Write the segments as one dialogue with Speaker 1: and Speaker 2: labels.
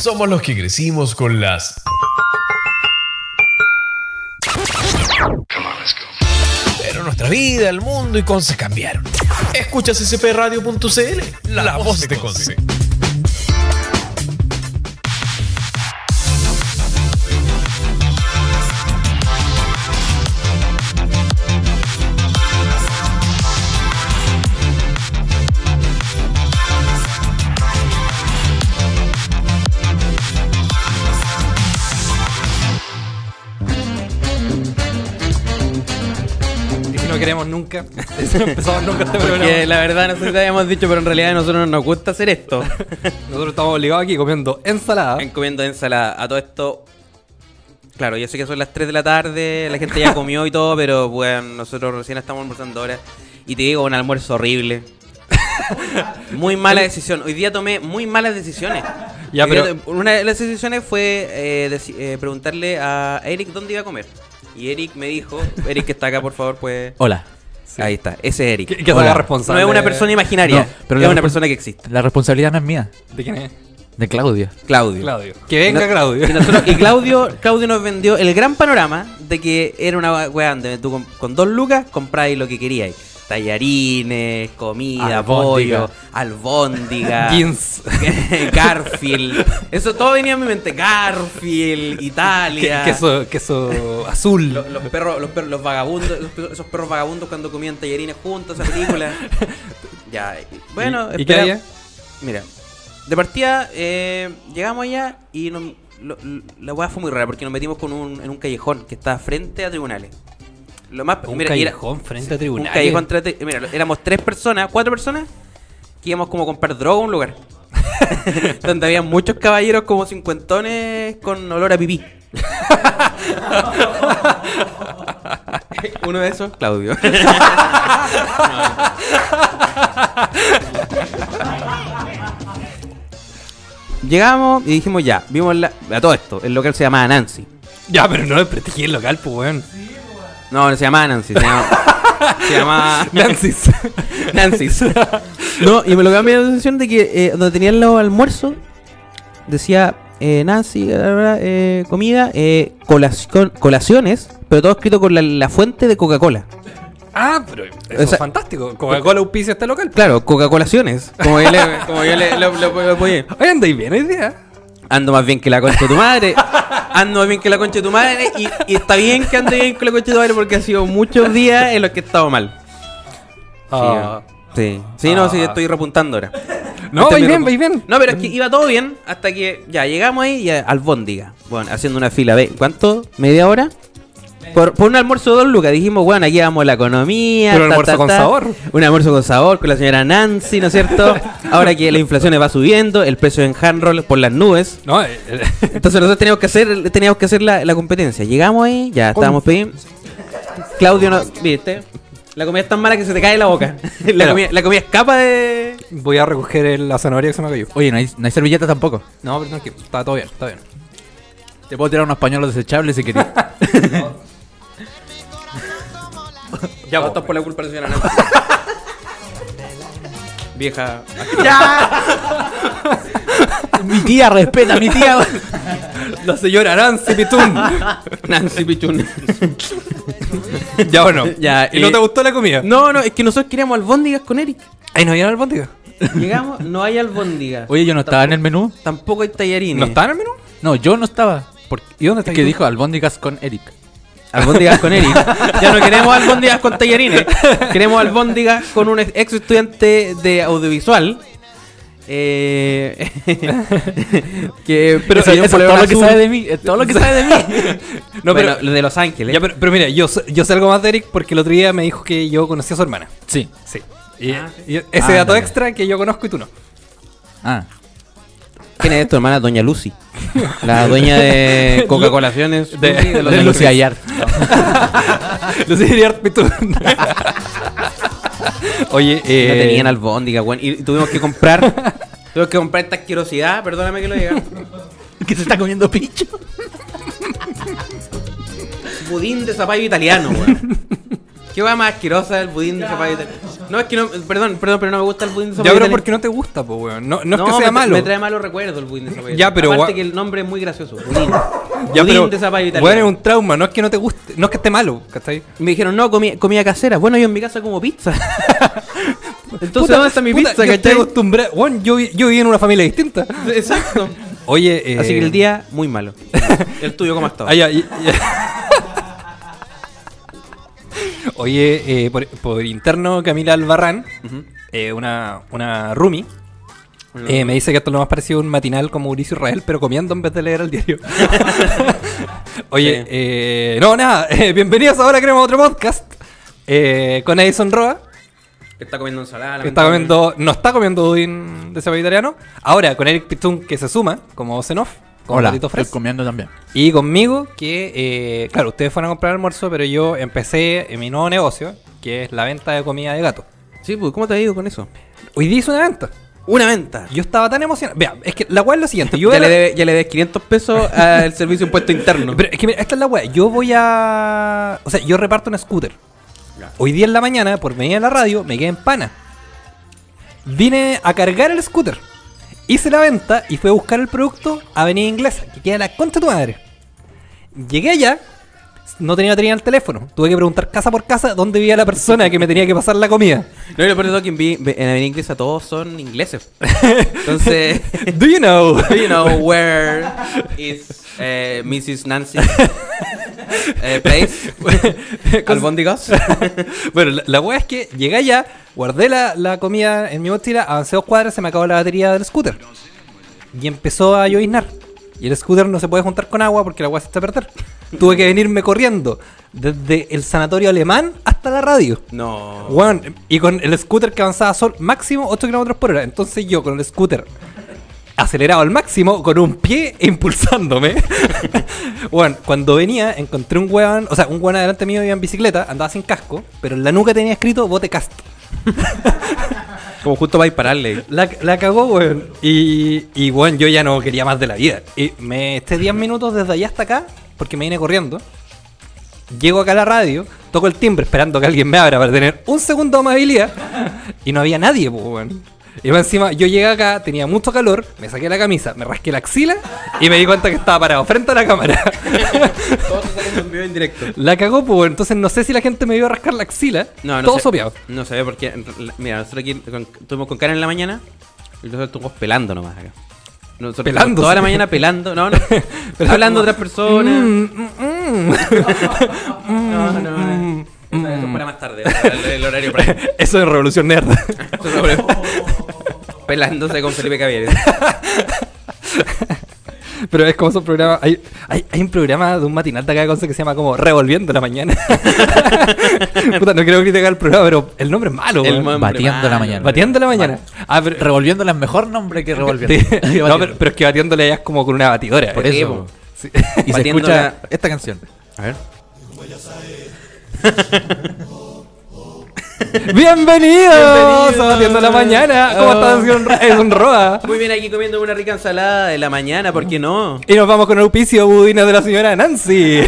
Speaker 1: Somos los que crecimos con las Pero nuestra vida, el mundo y Conce cambiaron. Escuchas scpradio.cl, la, la voz de Conce.
Speaker 2: no queremos nunca. Eso no empezamos nunca este programa.
Speaker 3: Porque la verdad, no sé si te habíamos dicho, pero en realidad a nosotros nos gusta hacer esto.
Speaker 2: Nosotros estamos obligados aquí comiendo ensalada.
Speaker 3: Están comiendo ensalada. A todo esto. Claro, yo sé que son las 3 de la tarde, la gente ya comió y todo, pero bueno, nosotros recién estamos almorzando ahora. Y te digo, un almuerzo horrible. Muy mala decisión. Hoy día tomé muy malas decisiones.
Speaker 2: Ya,
Speaker 3: Hoy día
Speaker 2: pero-
Speaker 3: to- Una de las decisiones fue eh, deci- eh, preguntarle a Eric dónde iba a comer. Y Eric me dijo, Eric que está acá, por favor, pues...
Speaker 4: Hola.
Speaker 3: Ahí está, ese es Eric.
Speaker 2: Que- que se
Speaker 3: Hola.
Speaker 2: haga responsable.
Speaker 3: No es una persona imaginaria,
Speaker 4: No, pero
Speaker 3: es
Speaker 4: la-
Speaker 3: una persona que existe.
Speaker 4: La responsabilidad no es mía,
Speaker 2: ¿De quién es?
Speaker 4: de Claudio.
Speaker 3: Claudio.
Speaker 2: Claudio. Que venga
Speaker 3: No-
Speaker 2: Claudio.
Speaker 3: Y, nosotros- y Claudio, Claudio nos vendió el gran panorama de que era una weá donde tú con, con dos lucas compráis lo que queríais. Tallarines, comida,
Speaker 2: Albóndiga.
Speaker 3: pollo, albóndiga,
Speaker 2: Jeans.
Speaker 3: Garfield. Eso todo venía a mi mente. Garfield,
Speaker 2: Que-
Speaker 3: Italia.
Speaker 2: queso, queso azul.
Speaker 3: Lo- Los, perros, los perros, los vagabundos, los perros- esos perros vagabundos cuando comían tallarines juntos, esa película. ya, y- bueno,
Speaker 2: ¿Y- y qué
Speaker 3: espera-
Speaker 2: había?
Speaker 3: Mira, de partida eh, llegamos allá y nos- lo- lo- la weá fue muy rara porque nos metimos con un, en un callejón que estaba frente a tribunales. Lo más,
Speaker 2: Un
Speaker 3: mira, y era-
Speaker 2: callejón frente a
Speaker 3: un
Speaker 2: tribunales.
Speaker 3: callejón entre tri- Mira, lo- éramos tres personas, cuatro personas que íbamos como a comprar droga a un lugar. donde había muchos caballeros como cincuentones con olor a pipí. Uno de esos, Claudio. Llegamos y dijimos ya, vimos la- a todo esto, el local se llamaba Nancy.
Speaker 2: Ya, pero no desprestigié el local, pues, weón.
Speaker 3: No, no se llamaba Nancy, se llamaba... se llamaba-
Speaker 2: Nancy.
Speaker 3: Nancy. No, y me lo cambié la sensación de que eh, donde tenían los almuerzos, decía eh, Nancy, bla, bla, bla, eh, comida, eh, colación- colaciones, pero todo escrito con la, la fuente de Coca-Cola.
Speaker 2: ah, pero eso
Speaker 3: Esa-
Speaker 2: es fantástico. Coca-Cola auspicia este local.
Speaker 3: Claro, Coca-Colaciones. Como yo le, como yo le- lo- lo- lo apoyé.
Speaker 2: Hoy andáis bien hoy día.
Speaker 3: Ando más bien que la concha de tu madre. Ando más bien que la concha de tu madre. Y, y está bien que ande bien que la concha de tu madre porque ha sido muchos días en los que he estado mal. Sí,
Speaker 2: Ah.
Speaker 3: Sí, sí, no,
Speaker 2: Ah.
Speaker 3: sí, estoy repuntando ahora.
Speaker 2: No, vais
Speaker 3: Este es mi
Speaker 2: bien,
Speaker 3: repu-
Speaker 2: vais bien.
Speaker 3: No, pero es que iba todo bien hasta que ya llegamos ahí y a- al Bóndiga. Bueno, haciendo una fila. ve, ¿Cuánto? ¿Media hora? Por, por un almuerzo de dos lucas. Dijimos, bueno, aquí vamos a la economía.
Speaker 2: Pero un almuerzo con sabor.
Speaker 3: Un almuerzo con sabor con la señora Nancy, ¿no es cierto? Ahora que la inflación va subiendo, el precio en handroll por las nubes.
Speaker 2: No, eh, eh,
Speaker 3: Entonces nosotros teníamos que hacer, teníamos que hacer la, la competencia. Llegamos ahí, ya estábamos pidiendo. Claudio no, viste, la comida es tan mala que se te cae la boca. La,
Speaker 2: Claro.
Speaker 3: comida, la comida escapa de.
Speaker 2: voy a recoger el- la zanahoria que se me cayó.
Speaker 4: Oye, no hay, no hay servilleta tampoco.
Speaker 2: No, pero tranquilo. Está todo bien, está bien.
Speaker 4: Te puedo tirar unos pañuelos desechables si querés.
Speaker 3: Ya votas por la culpa de la señora Nancy. Vieja.
Speaker 4: mi tía respeta, mi tía.
Speaker 2: La señora Nancy Pitún.
Speaker 3: Nancy Pichun.
Speaker 2: ya bueno.
Speaker 3: Ya,
Speaker 2: ¿Y no
Speaker 3: eh,
Speaker 2: te gustó la comida?
Speaker 3: No, no, es que nosotros queríamos albóndigas con Eric.
Speaker 2: Ay, no vieron el bóndiga.
Speaker 3: Llegamos, no hay albóndigas.
Speaker 4: Oye, yo no estaba en el menú.
Speaker 3: Tampoco hay tallarines.
Speaker 2: ¿No está en el menú?
Speaker 4: No, yo no estaba. Por-
Speaker 2: ¿Y dónde está
Speaker 4: Es que
Speaker 2: tú?
Speaker 4: dijo albóndigas con Eric.
Speaker 3: Albóndigas con Eric. Ya no queremos albóndigas con tallarines. Queremos albóndigas con un ex estudiante de audiovisual. Eh, que
Speaker 4: Pero
Speaker 3: que se dio un
Speaker 4: eso es
Speaker 3: polerón
Speaker 4: todo lo que
Speaker 3: azul.
Speaker 4: sabe de mí. es todo lo que sabe de mí.
Speaker 2: No,
Speaker 3: Bueno,
Speaker 2: pero-
Speaker 3: lo de Los Ángeles.
Speaker 2: Ya, pero, pero mira, yo, sé- yo sé algo más de Eric porque el otro día me dijo que yo conocí a su hermana.
Speaker 4: Sí.
Speaker 2: Sí. Y,
Speaker 3: Ah, sí.
Speaker 2: y ese
Speaker 4: Ah,
Speaker 2: dato
Speaker 4: ya, ya.
Speaker 2: extra que yo conozco y tú no.
Speaker 4: Ah.
Speaker 3: ¿Quién es tu hermana? Doña Lucy. La dueña de Coca-Colaciones.
Speaker 2: De-
Speaker 3: Lucy,
Speaker 2: de
Speaker 3: los
Speaker 4: De Lucy
Speaker 3: Ángeles.
Speaker 4: Ayar.
Speaker 2: Lucía Iriarte Pitún. Oye, eh,
Speaker 3: No tenían albóndiga, güey. Y tuvimos que comprar. tuvimos que comprar esta asquerosidad. Perdóname que lo diga.
Speaker 4: que se está comiendo picho.
Speaker 3: budín de zapallo italiano, güey. Qué va más asquerosa el budín de zapallo italiano. No, es que no, perdón, perdón, pero no me gusta el budín
Speaker 2: ya,
Speaker 3: de zapallo.
Speaker 2: pero
Speaker 3: italiano.
Speaker 2: porque no te gusta, po, weón. No, no es que
Speaker 3: me
Speaker 2: sea
Speaker 3: tra-
Speaker 2: malo.
Speaker 3: Me trae malos recuerdos el budín de zapallo.
Speaker 2: Ya, pero
Speaker 3: Aparte
Speaker 2: gua-
Speaker 3: que el nombre es muy gracioso. Budín.
Speaker 2: ya,
Speaker 3: budín
Speaker 2: pero,
Speaker 3: de zapallo italiano.
Speaker 2: weón, es un trauma. No es que no te guste, no es que esté malo, ¿cachai?
Speaker 3: Me dijeron, no, comía, comida casera. Bueno, yo en mi casa como pizza. Entonces,
Speaker 2: Puta,
Speaker 3: ¿dónde está mi
Speaker 2: puta,
Speaker 3: pizza,
Speaker 2: yo estoy
Speaker 3: cachai?
Speaker 2: acostumbrado. Weón, yo, vi- yo viví en una familia distinta.
Speaker 3: Exacto.
Speaker 2: Oye, eh,
Speaker 3: Así que el día, muy malo. El tuyo, ¿cómo has estado?
Speaker 2: Ah, ya, y- y- Oye, eh, por, por interno, Camila Albarrán,
Speaker 3: Ujú.
Speaker 2: eh, una, una roomie, eh, me dice que esto es lo más parecido a un matinal como Mauricio Israel, pero comiendo en vez de leer el diario. Oye,
Speaker 3: Sí.
Speaker 2: eh, no, nada, eh, bienvenidos ahora queremos otro podcast eh, con Edison Roa,
Speaker 3: Que está comiendo ensalada.
Speaker 2: que está comiendo, no está comiendo budín de cebo italiano, ahora con Eric Pichun que se suma como voz en off, como
Speaker 4: Hola,
Speaker 2: Patito
Speaker 4: estoy
Speaker 2: Fresco.
Speaker 4: comiendo también.
Speaker 2: Y conmigo, que, eh, claro, ustedes fueron a comprar almuerzo, pero yo empecé en mi nuevo negocio, que es la venta de comida de gato.
Speaker 3: Sí, pues, ¿cómo te ha ido con eso?
Speaker 2: Hoy día hice una venta.
Speaker 3: Una venta.
Speaker 2: Yo estaba tan emocionado. Vea, es que la weá es lo siguiente. Yo
Speaker 3: ya,
Speaker 2: era-
Speaker 3: le debe- ya le debes 500 pesos al servicio de impuesto interno.
Speaker 2: Pero es que mira, esta es la weá. Yo voy a. O sea, yo reparto un scooter.
Speaker 3: Ya.
Speaker 2: Hoy día en la mañana, por venir a la radio, me quedé en pana. Vine a cargar el scooter. Hice la venta y fui a buscar el producto a Avenida Inglesa, que queda a la concha de tu madre. Llegué allá, no tenía batería en el teléfono. Tuve que preguntar casa por casa dónde vivía la persona que me tenía que pasar la comida.
Speaker 3: No, y lo peor de todo que en, vi- en Avenida Inglesa todos son ingleses. Entonces,
Speaker 2: Do you know?
Speaker 3: do you know where is eh, Mrs. Nancy eh, place? ¿Albóndigas?
Speaker 2: bueno, la, la weá es que llegué allá, guardé la, la comida en mi mochila, avancé dos cuadras, se me acabó la batería del scooter. Y empezó a lloviznar. Y el scooter no se puede juntar con agua porque la agua se está a perder. Tuve que venirme corriendo desde el sanatorio alemán hasta la radio.
Speaker 3: No.
Speaker 2: Weón, y con el scooter que avanzaba sol máximo 8 kilómetros por hora. Entonces yo con el scooter acelerado al máximo, con un pie impulsándome. Weón, cuando venía encontré un weón, o sea, un weón adelante mío iba en bicicleta, andaba sin casco, pero en la nuca tenía escrito bote cast.
Speaker 3: Como justo para dispararle.
Speaker 2: La, la cagó, weón. Y, y weón, yo ya no quería más de la vida. Y me esté 10 minutos desde allá hasta acá, porque me vine corriendo. Llego acá a la radio, toco el timbre esperando que alguien me abra para tener un segundo de amabilidad. Y no había nadie, pues, weón. Y más encima, yo llegué acá, tenía mucho calor, me saqué la camisa, me rasqué la axila y me di cuenta que estaba parado frente a la cámara.
Speaker 3: Todos salen en vivo en directo.
Speaker 2: la cagó, pues, weón. Entonces no sé si la gente me vio rascar la axila.
Speaker 3: No, no
Speaker 2: todo
Speaker 3: sé-
Speaker 2: sopeado.
Speaker 3: No sabía por qué. En re- Mira, nosotros aquí con- estuvimos con Karen en la mañana y nosotros estuvimos pelando nomás acá. Nosotros
Speaker 2: Pelando,
Speaker 3: Toda
Speaker 2: sí.
Speaker 3: la mañana pelando. No, no. hablando a otras personas.
Speaker 2: Mm, mm, mm.
Speaker 3: No, no, no. Eso es para más tarde, para el, el horario para
Speaker 2: Eso es Revolución Nerd.
Speaker 3: Pelándose con Felipe Cavieres.
Speaker 2: Pero es como esos programas. Hay, hay, hay un programa de un matinal de acá de Conce que se llama como Revolviendo la Mañana. Puta, no quiero criticar el programa, pero el nombre es malo.
Speaker 3: El
Speaker 2: weón.
Speaker 3: nombre
Speaker 4: Batiendo la
Speaker 3: malo,
Speaker 4: mañana.
Speaker 2: Batiendo la Mañana. Ah, pero.
Speaker 4: Revolviéndola es mejor nombre que revolviendo.
Speaker 2: Sí. no, pero, pero es que batiéndole ya es como con una batidora.
Speaker 4: Por
Speaker 2: eh.
Speaker 4: eso.
Speaker 2: Sí.
Speaker 4: Y se
Speaker 3: Batiendo
Speaker 4: escucha
Speaker 3: la-
Speaker 4: esta canción.
Speaker 3: A ver.
Speaker 2: ¡Bienvenidos!
Speaker 3: Bienvenidos. Oh.
Speaker 2: a Batiendo la Mañana. ¿Cómo estás? Es un, es un roa.
Speaker 3: Muy bien, aquí comiendo una rica ensalada de la mañana, ¿por qué no?
Speaker 2: Y nos vamos con el auspicio budines de la señora Nancy.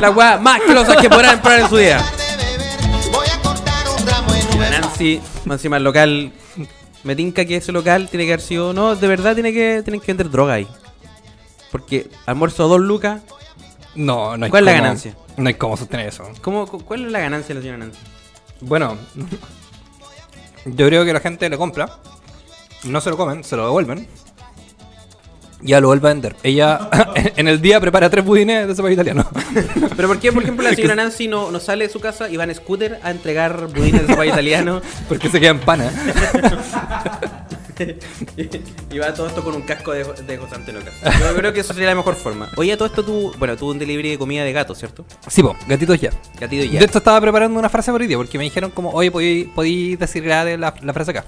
Speaker 3: La weá más asquerosa que podrán entrar en su día.
Speaker 5: Voy a cortar un ramo en
Speaker 3: La Nancy, más encima el local. Me tinca que ese local tiene que haber sido. No, de verdad tiene que, tienen que vender droga ahí. Porque almuerzo a dos lucas.
Speaker 2: No, no hay
Speaker 3: ¿Cuál es la
Speaker 2: cómo-
Speaker 3: ganancia?
Speaker 2: No hay cómo sostener eso.
Speaker 3: ¿Cómo, cu- ¿Cuál es la ganancia de la señora Nancy?
Speaker 2: Bueno, yo creo que la gente lo compra, no se lo comen, se lo devuelven. Ya lo vuelve a vender. Ella en el día prepara tres budines de sopa italiano.
Speaker 3: Pero ¿por qué, por ejemplo, la señora Nancy no, no sale de su casa y va en scooter a entregar budines de sopa italiano?
Speaker 2: Porque se quedan panas.
Speaker 3: y va todo esto con un casco de, de José Antonio Castro. Yo creo que eso sería la mejor forma. Oye, todo esto tú, bueno, tú un delivery de comida de gato, ¿cierto?
Speaker 2: Sí, po, gatitos ya.
Speaker 3: Gatito ya.
Speaker 2: De esto estaba preparando una frase por hoy día, porque me dijeron como, oye, podí, podí decir la, la- la frase acá.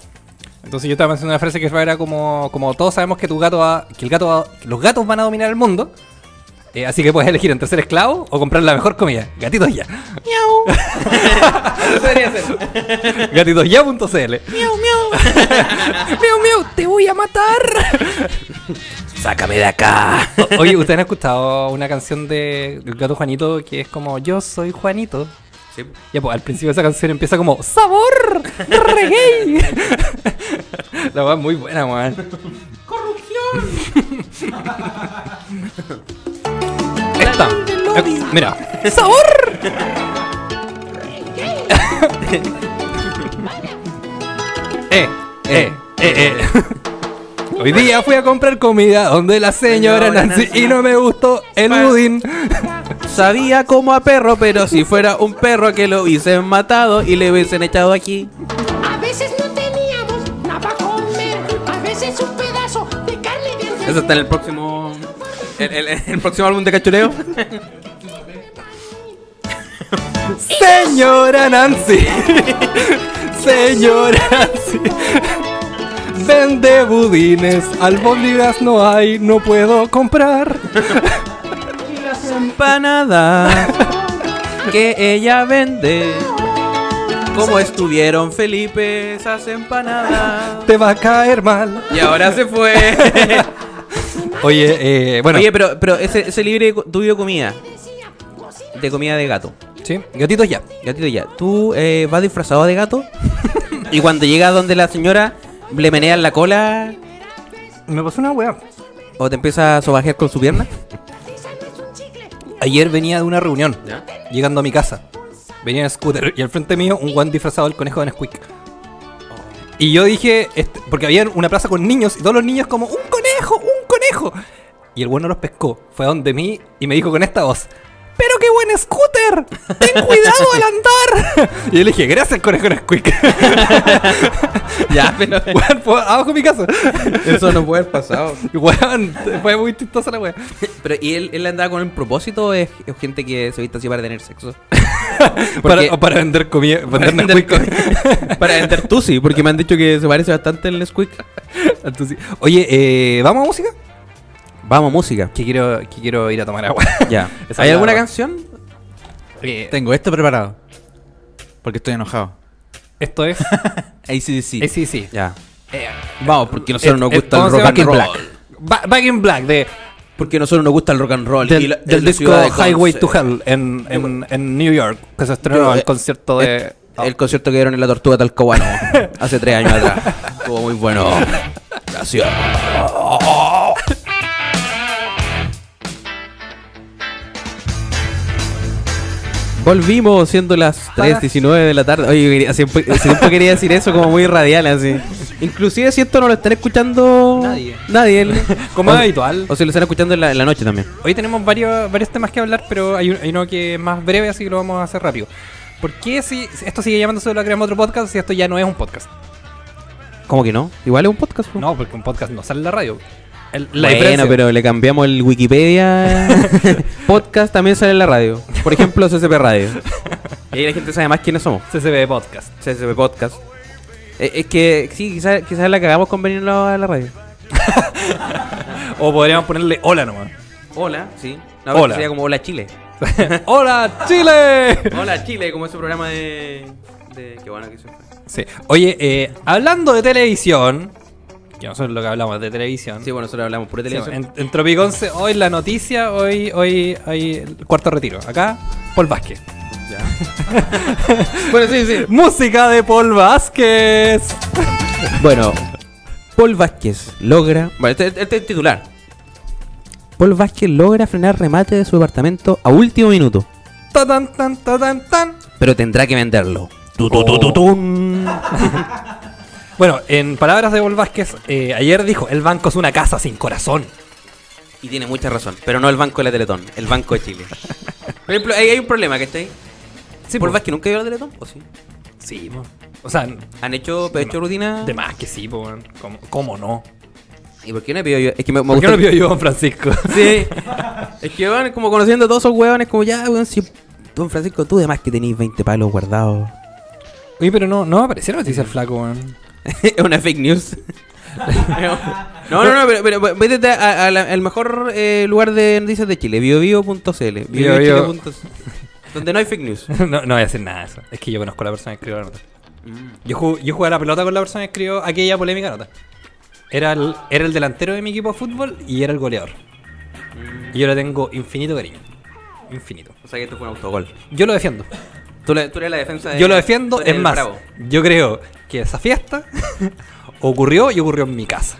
Speaker 2: Entonces yo estaba pensando una frase que era como, como todos sabemos que tu gato va, que el gato va- que los gatos van a dominar el mundo. eh, así que puedes elegir entre ser esclavo o comprar la mejor comida. Gatitos ya.
Speaker 3: Eso debería ser.
Speaker 2: Gatitosya.cl
Speaker 5: Miau, miau.
Speaker 2: Miau, miau, te voy a matar.
Speaker 3: Sácame de acá.
Speaker 2: O- Oye, ¿ustedes han escuchado una canción de El gato Juanito que es como Yo soy Juanito?
Speaker 3: Sí.
Speaker 2: Ya, pues al principio esa canción empieza como ¡Sabor! ¡Reggae! La weá es muy buena, weón. ¡Corrupción! Esta. Eh, mira. ¡Sabor! eh, eh, eh, eh. Hoy día fui a comprar comida donde la señora
Speaker 3: Señora
Speaker 2: Nancy
Speaker 3: Nancy.
Speaker 2: y no me gustó el
Speaker 3: Pa-
Speaker 2: budín.
Speaker 3: Sabía como a perro, pero si fuera un perro que lo hubiesen matado y le hubiesen echado aquí.
Speaker 6: A veces no teníamos nada para comer, a veces un pedazo de carne bien
Speaker 3: Eso está en el próximo. El, el- el próximo álbum de cachureo.
Speaker 2: Señora Nancy. Señora Nancy. Vende budines, albóndigas no hay, no puedo comprar.
Speaker 3: Empanada que ella vende. Como estuvieron Felipe esas empanadas.
Speaker 2: Te va a caer mal.
Speaker 3: Y ahora se fue.
Speaker 2: Oye, eh, bueno,
Speaker 3: Oye, pero, pero ese, ese libre tuyo de comida. De comida de gato.
Speaker 2: sí, gatitos ya.
Speaker 3: Gatito ya, ¿tú eh, vas disfrazado de gato? y cuando llegas donde la señora le menean la cola
Speaker 2: Me pasó una weá.
Speaker 3: o te empieza a sobajear con su pierna.
Speaker 2: Ayer venía de una reunión,
Speaker 3: ¿Ya?
Speaker 2: llegando a mi casa. Venía en scooter y al frente mío un guan disfrazado del conejo de Nesquik.
Speaker 3: Oh.
Speaker 2: Y yo dije, este- porque había una plaza con niños y todos los niños como, ¡un conejo! ¡un conejo! Y el bueno los pescó, fue a donde mí y me dijo con esta voz, ¡pero qué buen scooter! ¡Ten cuidado al andar! Y yo le dije, gracias conejo de Nesquik.
Speaker 3: ya, pero
Speaker 2: Weón, fue abajo de mi casa.
Speaker 3: eso no puede haber pasado.
Speaker 2: Y weón, fue muy chistosa la wea.
Speaker 3: Pero, ¿y él, él andaba con el propósito o es, es gente que se viste así para tener sexo? Porque-
Speaker 2: Para, para vender comida, vender
Speaker 3: Para vender,
Speaker 2: Nesquik.
Speaker 3: co- para vender tusi, porque me han dicho que se parece bastante al Squeak.
Speaker 2: Entonces, oye, eh, ¿vamos a música?
Speaker 3: Vamos, música.
Speaker 2: Que quiero, que quiero ir a tomar agua.
Speaker 3: Ya.
Speaker 2: Esa
Speaker 3: ¿Hay
Speaker 2: es la
Speaker 3: alguna
Speaker 2: rock.
Speaker 3: canción?
Speaker 2: Eh,
Speaker 4: Tengo esto preparado. Porque estoy enojado.
Speaker 2: Esto es
Speaker 3: ACDC.
Speaker 2: ACC.
Speaker 3: Ya.
Speaker 2: Eh,
Speaker 3: Vamos, porque a nosotros nos
Speaker 2: eh,
Speaker 3: gusta
Speaker 2: ¿cómo
Speaker 3: el
Speaker 2: se
Speaker 3: rock
Speaker 2: llama?
Speaker 3: and roll.
Speaker 2: Ba- Back in Black de,
Speaker 3: Porque a nosotros nos gusta el rock and roll.
Speaker 2: del,
Speaker 3: y la-
Speaker 2: del
Speaker 3: la
Speaker 2: disco
Speaker 3: ciudad de
Speaker 2: Highway
Speaker 3: Conce.
Speaker 2: to Hell en, en, en New York, que se estrenó
Speaker 3: Yo,
Speaker 2: al
Speaker 3: eh,
Speaker 2: concierto de...
Speaker 3: Este- El concierto que dieron en la Tortuga Talcahuano hace tres años atrás. Estuvo muy bueno. Gracias. Volvimos siendo las 3.19 de la tarde. Oye, yo quería- siempre, siempre quería decir eso como muy radial así. Inclusive si esto no lo están escuchando
Speaker 2: Nadie.
Speaker 3: nadie.
Speaker 2: Como
Speaker 3: O-
Speaker 2: es habitual.
Speaker 3: O si lo están escuchando en la, en la noche también.
Speaker 2: Hoy tenemos varios, varios temas que hablar, pero hay, un- hay uno que es más breve, así que lo vamos a hacer rápido. ¿Por qué si si esto sigue llamándose Lo Creamos Otro Podcast si esto ya no es un podcast?
Speaker 3: ¿Cómo que no? Igual es un podcast. po.
Speaker 2: No, porque un podcast no sale en la radio. El- la
Speaker 3: bueno,
Speaker 2: diferencia-
Speaker 3: pero le cambiamos el Wikipedia. Podcast también sale en la radio. Por ejemplo, CCP Radio. Y ahí la gente sabe más quiénes somos.
Speaker 2: CCB Podcast.
Speaker 3: CCP Podcast. Eh, es que sí, quizás quizás la cagamos con venirlo a la radio.
Speaker 2: O podríamos ponerle hola nomás.
Speaker 3: Hola, sí. No,
Speaker 2: Hola.
Speaker 3: pero Sería como Hola Chile.
Speaker 2: ¡Hola, Chile!
Speaker 3: Hola Chile, como ese programa de. de qué bueno que se fue.
Speaker 2: Sí. Oye, eh, hablando de televisión, que nosotros lo que hablamos de televisión.
Speaker 3: Sí, bueno, nosotros hablamos pura
Speaker 2: Sí,
Speaker 3: televisión.
Speaker 2: en, en Tropiconce, hoy la noticia, hoy, hoy hay el cuarto retiro. Acá, Paul Vázquez.
Speaker 3: bueno, sí, sí.
Speaker 2: ¡Música de Paul Vázquez!
Speaker 3: Bueno, Paul Vázquez logra. Bueno, este, este es titular. Paul Vázquez logra frenar remate de su departamento a último minuto.
Speaker 2: Tan, tan, tan, tan, tan.
Speaker 3: pero tendrá que venderlo. Tu, tu, tu, tu, tun.
Speaker 2: Bueno, en palabras de Paul Vázquez, eh, ayer dijo: el banco es una casa sin corazón.
Speaker 3: Y tiene mucha razón, pero no el banco de la Teletón, el Banco de Chile. Por ejemplo, ahí hay un problema, ¿cachai? Sí, ¿Por
Speaker 2: po.
Speaker 3: que nunca vio la Teletón? ¿O sí?
Speaker 2: Sí, po. o sea,
Speaker 3: ¿Han hecho, pero hecho rutina?
Speaker 2: de más que sí, po, weón. ¿Cómo, cómo no?
Speaker 3: ¿Y por qué no he pedido yo? Es que me, me
Speaker 2: ¿Por qué
Speaker 3: gusta-
Speaker 2: no lo pidió yo, Don Francisco?
Speaker 3: Sí. es que van como conociendo a todos esos huevones, como ya, weón, si... Don Francisco, tú de más que tenéis 20 palos guardados.
Speaker 2: Oye, pero no, no apareció la noticia el flaco, weón.
Speaker 3: es una fake news. no, no, no, pero, pero métete a- a la- al mejor eh, lugar de noticias de Chile, biobio.cl.
Speaker 2: Biobio.
Speaker 3: biobiochile.cl, Donde no hay fake news.
Speaker 2: no, no voy a hacer nada de eso. Es que yo conozco a la persona que escribió la nota. Yo, ju- yo jugué a la pelota con la persona que escribió aquella polémica nota. Era el, era el delantero de mi equipo de fútbol y era el goleador. Y yo le tengo infinito cariño. Infinito.
Speaker 3: O sea que esto fue un autogol.
Speaker 2: Yo lo defiendo.
Speaker 3: Tú, le- tú eres la defensa de.
Speaker 2: Yo lo defiendo,
Speaker 3: tú eres
Speaker 2: es
Speaker 3: Eh, el
Speaker 2: más,
Speaker 3: bravo.
Speaker 2: yo creo que esa fiesta ocurrió y ocurrió en mi casa.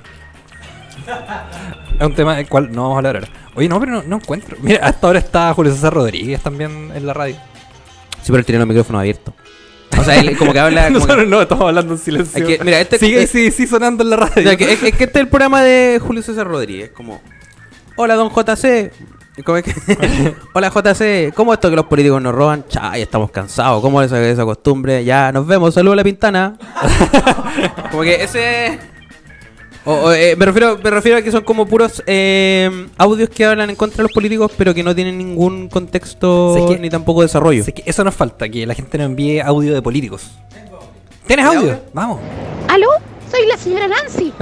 Speaker 2: Es un tema del cual no vamos a hablar ahora. Oye, no, pero no, no encuentro. Mira, hasta ahora está Julio César Rodríguez también en la radio.
Speaker 3: Sí, pero él tiene los micrófonos abiertos. O sea, él como que habla. como que-
Speaker 2: Nosotros no, estamos hablando en silencio.
Speaker 3: Aquí- mira, este-
Speaker 2: Sigue
Speaker 3: eh,
Speaker 2: sí, sí, sonando en la
Speaker 3: O
Speaker 2: radio.
Speaker 3: sea, que- es, es que este es el programa de Julio César Rodríguez. Como, hola, don JC. ¿Cómo es que- hola, JC. ¿Cómo esto que los políticos nos roban? Chay, estamos cansados. ¿Cómo es esa, esa costumbre? Ya, nos vemos. Saludos a la pintana. como que ese. o- o, eh, me, refiero, me refiero a que son como puros eh, audios que hablan en contra de los políticos, pero que no tienen ningún contexto
Speaker 2: Sé que-
Speaker 3: ni tampoco desarrollo.
Speaker 2: Sé que eso nos falta, que la gente nos envíe audio de políticos. ¿Tienes
Speaker 3: ¿Tienes
Speaker 2: audio?
Speaker 3: audio?
Speaker 2: Vamos.
Speaker 7: ¿Aló? Soy la señora Nancy.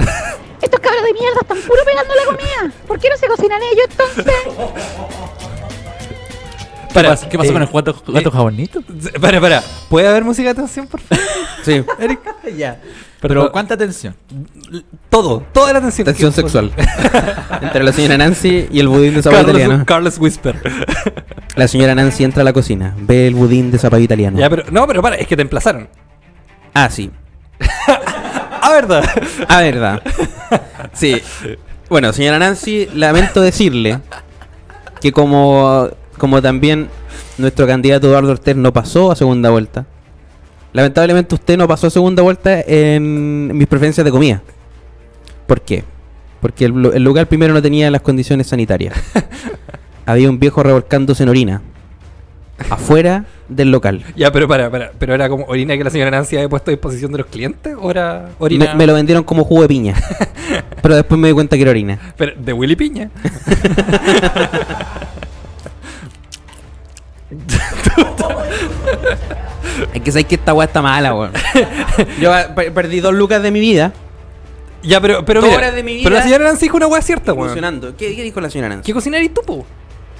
Speaker 7: Estos cabros de mierda están puro pegando la comida. ¿Por qué no se cocinan ellos entonces?
Speaker 2: Para,
Speaker 8: pasa- ¿Qué pasa
Speaker 2: eh,
Speaker 8: con el gato, gato jabonito?
Speaker 2: Para, para. ¿Puede haber música de atención, por favor?
Speaker 3: Sí.
Speaker 2: Eric?
Speaker 8: Pero,
Speaker 2: Pero-
Speaker 8: ¿cuánta tensión?
Speaker 2: Todo, toda la atención.
Speaker 3: Tensión
Speaker 2: que-
Speaker 3: sexual. Entre la señora Nancy y el budín de sabor
Speaker 2: Carlos,
Speaker 3: italiano.
Speaker 2: Carlos Whisper.
Speaker 3: La señora Nancy entra a la cocina, ve el budín de zapallo italiano.
Speaker 2: ya, pero, no, pero para, es que te emplazaron.
Speaker 3: Ah, sí.
Speaker 2: Ah, verdad.
Speaker 3: Ah, verdad. Sí. Bueno, señora Nancy, lamento decirle que como, como también nuestro candidato Eduardo Ortez no pasó a segunda vuelta, lamentablemente usted no pasó a segunda vuelta en mis preferencias de comida. ¿Por qué? Porque el, lu- el lugar primero no tenía las condiciones sanitarias. Había un viejo revolcándose en orina. Afuera del local.
Speaker 2: Ya, pero para, para. ¿Pero era como orina que la señora Nancy había puesto a disposición de los clientes? ¿O era orina?
Speaker 3: Me, me lo vendieron como jugo de piña. pero después me di cuenta que era orina.
Speaker 2: Pero, de Willy Piña.
Speaker 3: Es que sabéis que esta weá está mala, weón. Yo eh, per- perdí dos lucas de mi vida
Speaker 2: Ya, pero, pero
Speaker 3: Dos
Speaker 2: mira,
Speaker 3: horas de mi vida
Speaker 2: Pero la señora Nancy dijo una hueá cierta, weón.
Speaker 3: funcionando. ¿Qué, qué dijo la señora Nancy?
Speaker 2: ¿Qué cocinar y tú, po?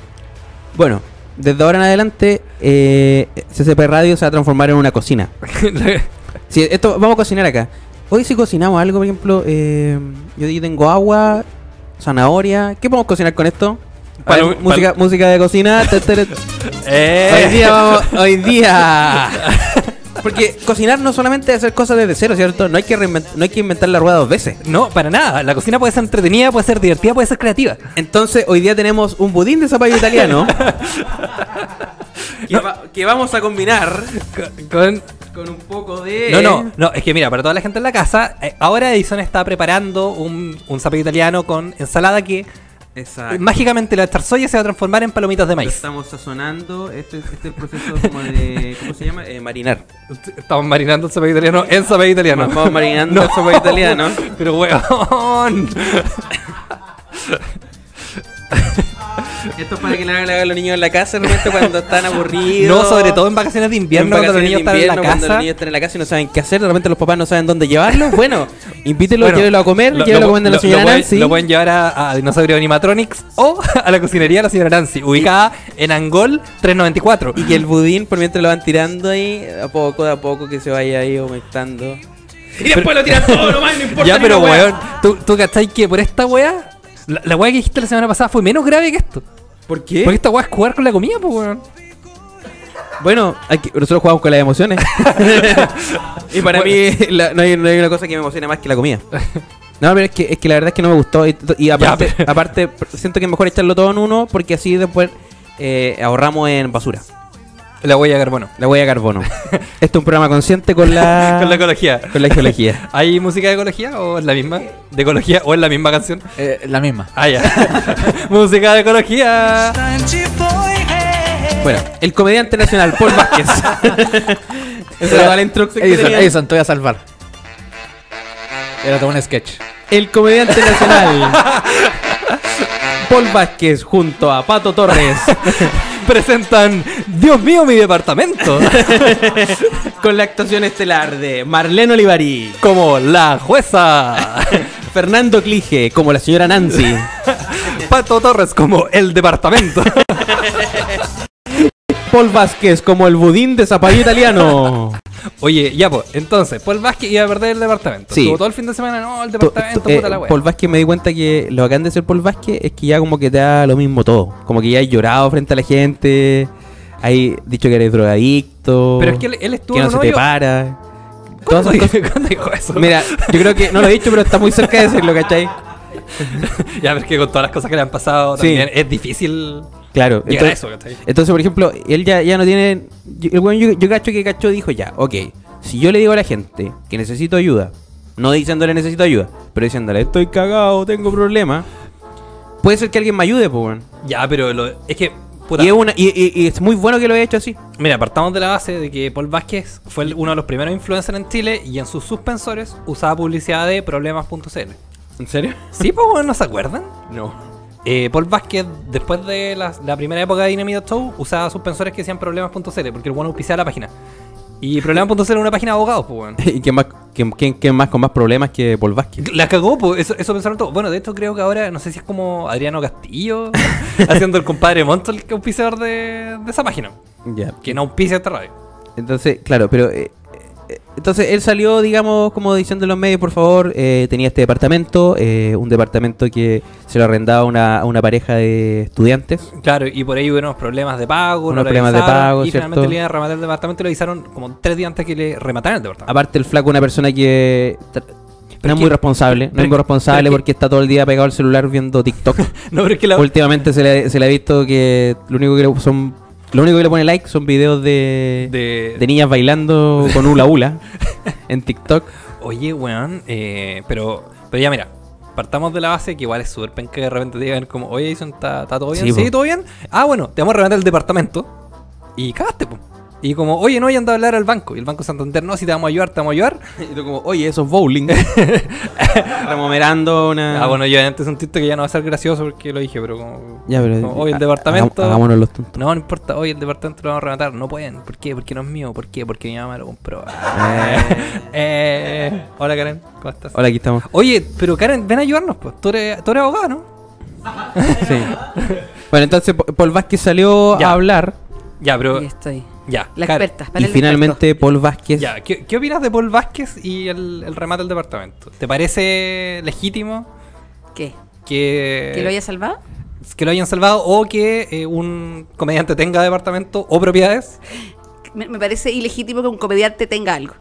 Speaker 3: Bueno, desde ahora en adelante, eh, CCP Radio se va a transformar en una cocina. Si esto, vamos a cocinar acá. Hoy si cocinamos algo, por ejemplo, eh, yo di- tengo agua, zanahoria. ¿Qué podemos cocinar con esto? A
Speaker 2: Palo-
Speaker 3: ver, música, música de cocina. te- te- te- Hoy día vamos, hoy día. Porque cocinar no solamente es hacer cosas desde cero, ¿cierto? No hay que reinvent- no hay que inventar la rueda dos veces.
Speaker 2: No, para nada. La cocina puede ser entretenida, puede ser divertida, puede ser creativa.
Speaker 3: Entonces, hoy día tenemos un budín de zapallo italiano. que, va- que vamos a combinar
Speaker 2: Con- con
Speaker 3: con un poco de.
Speaker 2: No, no, no, es que mira, para toda la gente en la casa, eh, ahora Edison está preparando un, un zapallo italiano con ensalada que
Speaker 3: Exacto.
Speaker 2: mágicamente la zarzoya se va a transformar en palomitas de
Speaker 3: Lo
Speaker 2: maíz.
Speaker 3: Estamos sazonando. Este, este es el proceso como de. ¿Cómo se llama? Eh, marinar.
Speaker 2: Estamos marinando el zapallo italiano en zapallo italiano.
Speaker 3: Vamos marinando el zapallo italiano.
Speaker 2: Pero weón.
Speaker 3: Esto es para que le hagan a los niños en la casa de repente cuando están aburridos.
Speaker 2: No, sobre todo en vacaciones de
Speaker 3: En
Speaker 2: invierno, cuando los
Speaker 3: vacaciones de
Speaker 2: niños están en
Speaker 3: invierno,
Speaker 2: la
Speaker 3: cuando
Speaker 2: casa.
Speaker 3: los niños están en la casa y no saben qué hacer, de repente los papás no saben dónde llevarlos. Bueno, invítenlo,
Speaker 2: Bueno,
Speaker 3: llévelo a comer,
Speaker 2: lo-
Speaker 3: llévelo
Speaker 2: lo-
Speaker 3: a comer de la
Speaker 2: lo-
Speaker 3: señora
Speaker 2: lo pueden-
Speaker 3: Nancy.
Speaker 2: Lo pueden llevar a, a Dinosaurio Animatronics o a la cocinería de la señora Nancy, ubicada en Angol 394.
Speaker 3: Y que el budín, por mientras lo van tirando ahí, a poco a poco que se vaya ahí aumentando. Y después lo tiran todo nomás, no importa.
Speaker 2: Ya, pero
Speaker 3: ni una wea.
Speaker 2: weón, ¿tú, tú cachai que por esta weá, la, la weá que dijiste la semana pasada fue menos grave que esto.
Speaker 3: ¿Por qué?
Speaker 2: Porque esta weá es jugar con la comida, pues weón.
Speaker 3: Bueno, hay que- nosotros jugamos con las emociones. y para mí, la- no, hay, no hay una cosa que me emocione más que la comida. No, pero es que, es que la verdad es que no me gustó. Y, y aparte,
Speaker 2: pero-
Speaker 3: aparte, siento que es mejor echarlo todo en uno porque así después eh, ahorramos en basura.
Speaker 2: La huella de carbono.
Speaker 3: La huella de carbono. Esto es un programa consciente con la,
Speaker 2: Con la ecología.
Speaker 3: con la geología.
Speaker 2: ¿Hay música de ecología o es la misma? ¿De ecología o es la misma canción?
Speaker 8: Eh, la misma.
Speaker 2: Ah, ya. música de ecología.
Speaker 3: Bueno, el comediante nacional Paul Vázquez. Esa era la introducción que
Speaker 8: Edison,
Speaker 3: tenía.
Speaker 8: Edison, te voy a salvar. Era todo un sketch.
Speaker 3: El comediante nacional Paul Vázquez junto a Pato Torres
Speaker 2: Presentan Dios mío, mi departamento.
Speaker 3: con la actuación estelar de Marlene Olivari,
Speaker 2: Como la jueza.
Speaker 3: Fernando Clige como la señora Nancy,
Speaker 2: Pato Torres como el departamento.
Speaker 3: Paul Vázquez como el budín de zapallo italiano.
Speaker 2: Oye, ya pues, entonces, Paul Vázquez iba a perder el departamento.
Speaker 3: Sí.
Speaker 2: Estuvo todo el fin de semana, no, el
Speaker 3: Tu-
Speaker 2: departamento,
Speaker 3: tu- eh,
Speaker 2: puta la wea.
Speaker 3: Paul Vázquez me di cuenta que lo bacán de ser Paul Vázquez es que ya como que te da lo mismo todo. Como que ya has llorado frente a la gente. Hay dicho que eres drogadicto.
Speaker 2: Pero es que él- él estuvo
Speaker 3: Que
Speaker 2: en un
Speaker 3: no se te
Speaker 2: hoyo-
Speaker 3: para.
Speaker 2: ¿Cuándo,
Speaker 3: Todas esas
Speaker 2: dijo- cuándo dijo eso?
Speaker 3: cosas- Mira, yo creo que no lo he dicho, pero está muy cerca de decirlo, ¿cachai?
Speaker 2: ya, ver que con todas las cosas que le han pasado
Speaker 3: Sí.
Speaker 2: también es difícil.
Speaker 3: Claro.
Speaker 2: Llegar a
Speaker 3: Entonces,
Speaker 2: eso, ¿cachai?
Speaker 3: entonces, por ejemplo, él ya, ya no tiene. yo- El weón, yo, yo cacho que cacho dijo ya, ok. Si yo le digo a la gente que necesito ayuda, no diciéndole necesito ayuda, pero diciéndole estoy cagado, tengo problemas, puede ser que alguien me ayude, pues, weón.
Speaker 2: Ya, pero lo- es que. puta,
Speaker 3: Y es, una, y, y- y es muy bueno que lo haya hecho así.
Speaker 2: Mira, partamos de la base de que Paul Vázquez fue el- uno de los primeros influencers en Chile y en sus suspensores usaba publicidad de problemas.cl.
Speaker 3: ¿En serio?
Speaker 2: Sí, pues bueno, ¿no se acuerdan?
Speaker 3: No.
Speaker 2: Eh, Paul Vázquez, después de la, la primera época de Dynamite Show, usaba suspensores que decían problemas.cl porque el bueno auspiciaba la página. Y problemas.cl era una página de abogados, pues bueno.
Speaker 3: ¿Y quién más, quién, quién- quién más con más problemas que Paul Vázquez?
Speaker 2: La cagó, pues eso, eso pensaron todos. Bueno, de hecho creo que ahora, no sé si es como Adriano Castillo, haciendo el compadre Monto el auspiciador de, de esa página,
Speaker 3: Ya.
Speaker 2: que no auspicia esta radio.
Speaker 3: Entonces, claro, pero. eh, eh, entonces él salió, digamos, como diciendo en los medios, por favor, eh, tenía este departamento, eh, un departamento que se lo arrendaba a una, a una pareja de estudiantes.
Speaker 2: Claro, y por ahí hubo unos problemas de pago,
Speaker 3: Unos
Speaker 2: no lo
Speaker 3: problemas de
Speaker 2: avisaron,
Speaker 3: pago,
Speaker 2: y finalmente
Speaker 3: ¿cierto?
Speaker 2: le iban a rematar el departamento y lo avisaron como tres días antes que le remataran el departamento.
Speaker 3: Aparte, el flaco, una persona que. tra- No
Speaker 2: Pero
Speaker 3: es
Speaker 2: que-
Speaker 3: muy responsable, no
Speaker 2: pero
Speaker 3: es muy
Speaker 2: que-
Speaker 3: responsable
Speaker 2: pero que-
Speaker 3: porque está todo el día pegado al celular viendo TikTok.
Speaker 2: Ah, No, pero es que la...
Speaker 3: Últimamente se le, se le ha visto que lo único que le son lo único que le pone like son videos de,
Speaker 2: De-
Speaker 3: de niñas bailando con hula hula en TikTok.
Speaker 2: Oye, weón, eh, pero, pero ya mira, partamos de la base que igual es súper penca que de repente te digan como, oye, Jason, ¿está está todo bien?
Speaker 3: Sí,
Speaker 2: Sí,
Speaker 3: po.
Speaker 2: todo bien. Ah, bueno, te vamos a rematar el departamento y cagaste, po. Y como, oye, no, ya anda a hablar al banco. Y el Banco Santander, no, si te vamos a ayudar, te vamos a ayudar.
Speaker 3: Y tú como, oye, esos bowling. Remomerando una...
Speaker 2: Ah, bueno, yo antes un chiste que ya no va a ser gracioso porque lo dije, pero como...
Speaker 3: Ya, pero... eh,
Speaker 2: como, oye, el
Speaker 3: ha-
Speaker 2: departamento...
Speaker 3: hagam- Hagámonos los tontos.
Speaker 2: No, no importa, hoy el departamento lo vamos a rematar. No pueden. ¿Por qué? Porque no es mío. ¿Por qué? Porque mi mamá lo compró. Eh, Hola, Karen. ¿Cómo estás?
Speaker 3: Hola, aquí estamos.
Speaker 2: Oye, pero Karen, ven a ayudarnos, pues. Tú eres, tú eres abogado, ¿no?
Speaker 3: Sí. bueno, entonces Po- Paul Vázquez salió
Speaker 2: Ya.
Speaker 3: a hablar
Speaker 2: Ya, pero...
Speaker 9: Aquí estoy.
Speaker 2: Ya.
Speaker 9: La
Speaker 2: Karen,
Speaker 9: experta. panel
Speaker 3: y
Speaker 9: de
Speaker 3: finalmente Paul Vázquez...
Speaker 2: Ya, ¿qué, qué opinas de Paul Vázquez y el, el remate del departamento? ¿Te parece legítimo
Speaker 9: expertos. ¿Qué?
Speaker 2: que,
Speaker 9: ¿Que lo haya salvado?
Speaker 2: que lo hayan salvado o que eh, un comediante tenga departamento o propiedades?
Speaker 9: Me, me parece ilegítimo que un comediante tenga algo.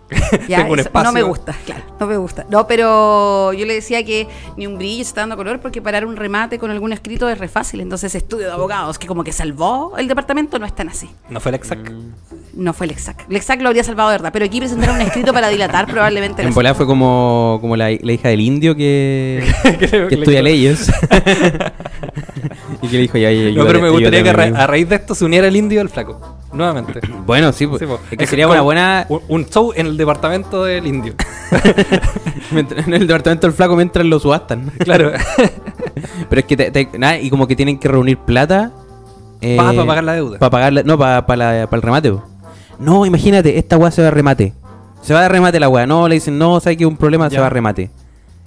Speaker 9: Ya,
Speaker 2: Tengo un
Speaker 9: eso
Speaker 2: espacio.
Speaker 9: No me gusta, claro, no me gusta. No, pero yo le decía que ni un brillo se está dando color porque parar un remate con algún escrito es re fácil. Entonces, estudio de abogados que como que salvó el departamento no es tan así.
Speaker 2: No fue la exacta.
Speaker 9: No fue el exact. El exact lo habría salvado de verdad, pero aquí presentaron un escrito para dilatar probablemente.
Speaker 3: En
Speaker 9: las-
Speaker 3: volada fue como, como la, la hija del indio que,
Speaker 2: Creo
Speaker 3: que
Speaker 2: que-
Speaker 3: estudia leyes. y que le dijo, ya, ya,
Speaker 2: No, pero me
Speaker 3: ayúdame,
Speaker 2: gustaría que a,
Speaker 3: ayúdame,
Speaker 2: ra-
Speaker 3: amigo".
Speaker 2: a raíz de esto se uniera el indio y el flaco. Nuevamente.
Speaker 3: Bueno, sí, pues,
Speaker 2: Sí, po.
Speaker 3: es que
Speaker 2: Es
Speaker 3: sería
Speaker 2: como
Speaker 3: una buena...
Speaker 2: Un, un show en el departamento del indio.
Speaker 3: mientras- en el departamento del flaco mientras lo subastan.
Speaker 2: Claro.
Speaker 3: Pero es que te- te- nada, y como que tienen que reunir plata. eh,
Speaker 2: Pa- pa pagar la deuda.
Speaker 3: Pa pagar la- no, para el remate. po. No, imagínate, esta weá se va a remate. Se va a remate la weá. No, le dicen, no, sabes que un problema, se
Speaker 2: Ya.
Speaker 3: va a remate.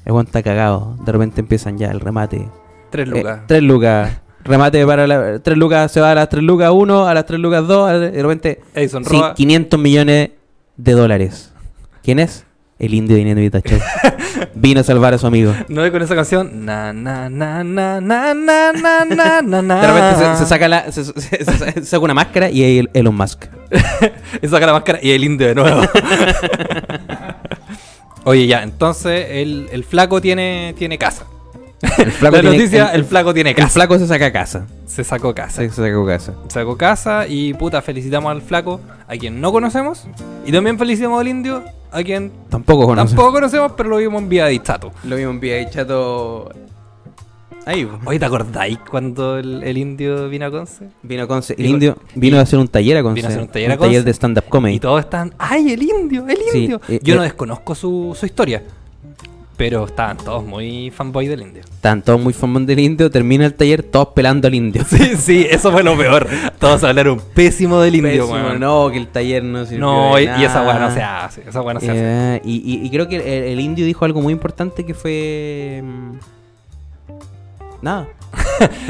Speaker 3: El weón está cagado. De repente empiezan ya el remate.
Speaker 2: Tres lucas.
Speaker 3: Eh, tres lucas. Remate para la, tres lucas, se va a las tres lucas uno, a las tres lucas dos, a la- de repente
Speaker 2: Edison
Speaker 3: sí,
Speaker 2: Roa.
Speaker 3: 500 millones de dólares. ¿Quién es? El indio de Inés Vino a salvar a su amigo.
Speaker 2: No ve con esa canción. Na na na na na na na na na na.
Speaker 3: De repente
Speaker 2: Ah.
Speaker 3: se, se saca la, se, se- se- se saca una máscara y ahí el- Elon Musk.
Speaker 2: Y saca la máscara y el indio de nuevo. Oye, ya, entonces el, el flaco tiene, tiene casa.
Speaker 3: El flaco
Speaker 2: la
Speaker 3: tiene-
Speaker 2: noticia, el,
Speaker 3: el-
Speaker 2: flaco tiene
Speaker 3: El
Speaker 2: casa.
Speaker 3: flaco se saca a casa.
Speaker 2: Se sacó casa.
Speaker 3: Se, se sacó casa.
Speaker 2: Sacó casa y puta, felicitamos al flaco, a quien no conocemos. Y también felicitamos al indio, a quien
Speaker 3: Tampoco conoce.
Speaker 2: tampoco conocemos, pero lo vimos en vía de Chato.
Speaker 3: Lo mismo en VH Chato. Ahí. po.
Speaker 2: Oye, ¿te acordáis cuando el, el indio vino a Conce?
Speaker 3: Vino Conce. El
Speaker 2: Y-
Speaker 3: indio vino a hacer un taller a Conce.
Speaker 2: Vino a hacer un taller a Conce.
Speaker 3: de stand-up
Speaker 2: Y
Speaker 3: comedy.
Speaker 2: todos están, ¡ay, el indio! ¡El
Speaker 3: Sí,
Speaker 2: indio!
Speaker 3: eh,
Speaker 2: Yo
Speaker 3: eh.
Speaker 2: no desconozco su, su historia, pero estaban todos muy fanboy del indio.
Speaker 3: Estaban todos muy famosos del indio. Termina el taller todos pelando al indio.
Speaker 2: Sí, sí, eso fue lo peor. Todos hablaron pésimo del indio,
Speaker 3: Pésimo,
Speaker 2: weón.
Speaker 3: no, que el taller no sirvió
Speaker 2: No,
Speaker 3: de
Speaker 2: y, y esa
Speaker 3: nada.
Speaker 2: weá no se hace. Esa weá no se hace.
Speaker 3: Eh, y, y- y creo que el, el indio dijo algo muy importante que fue. mm, Nada.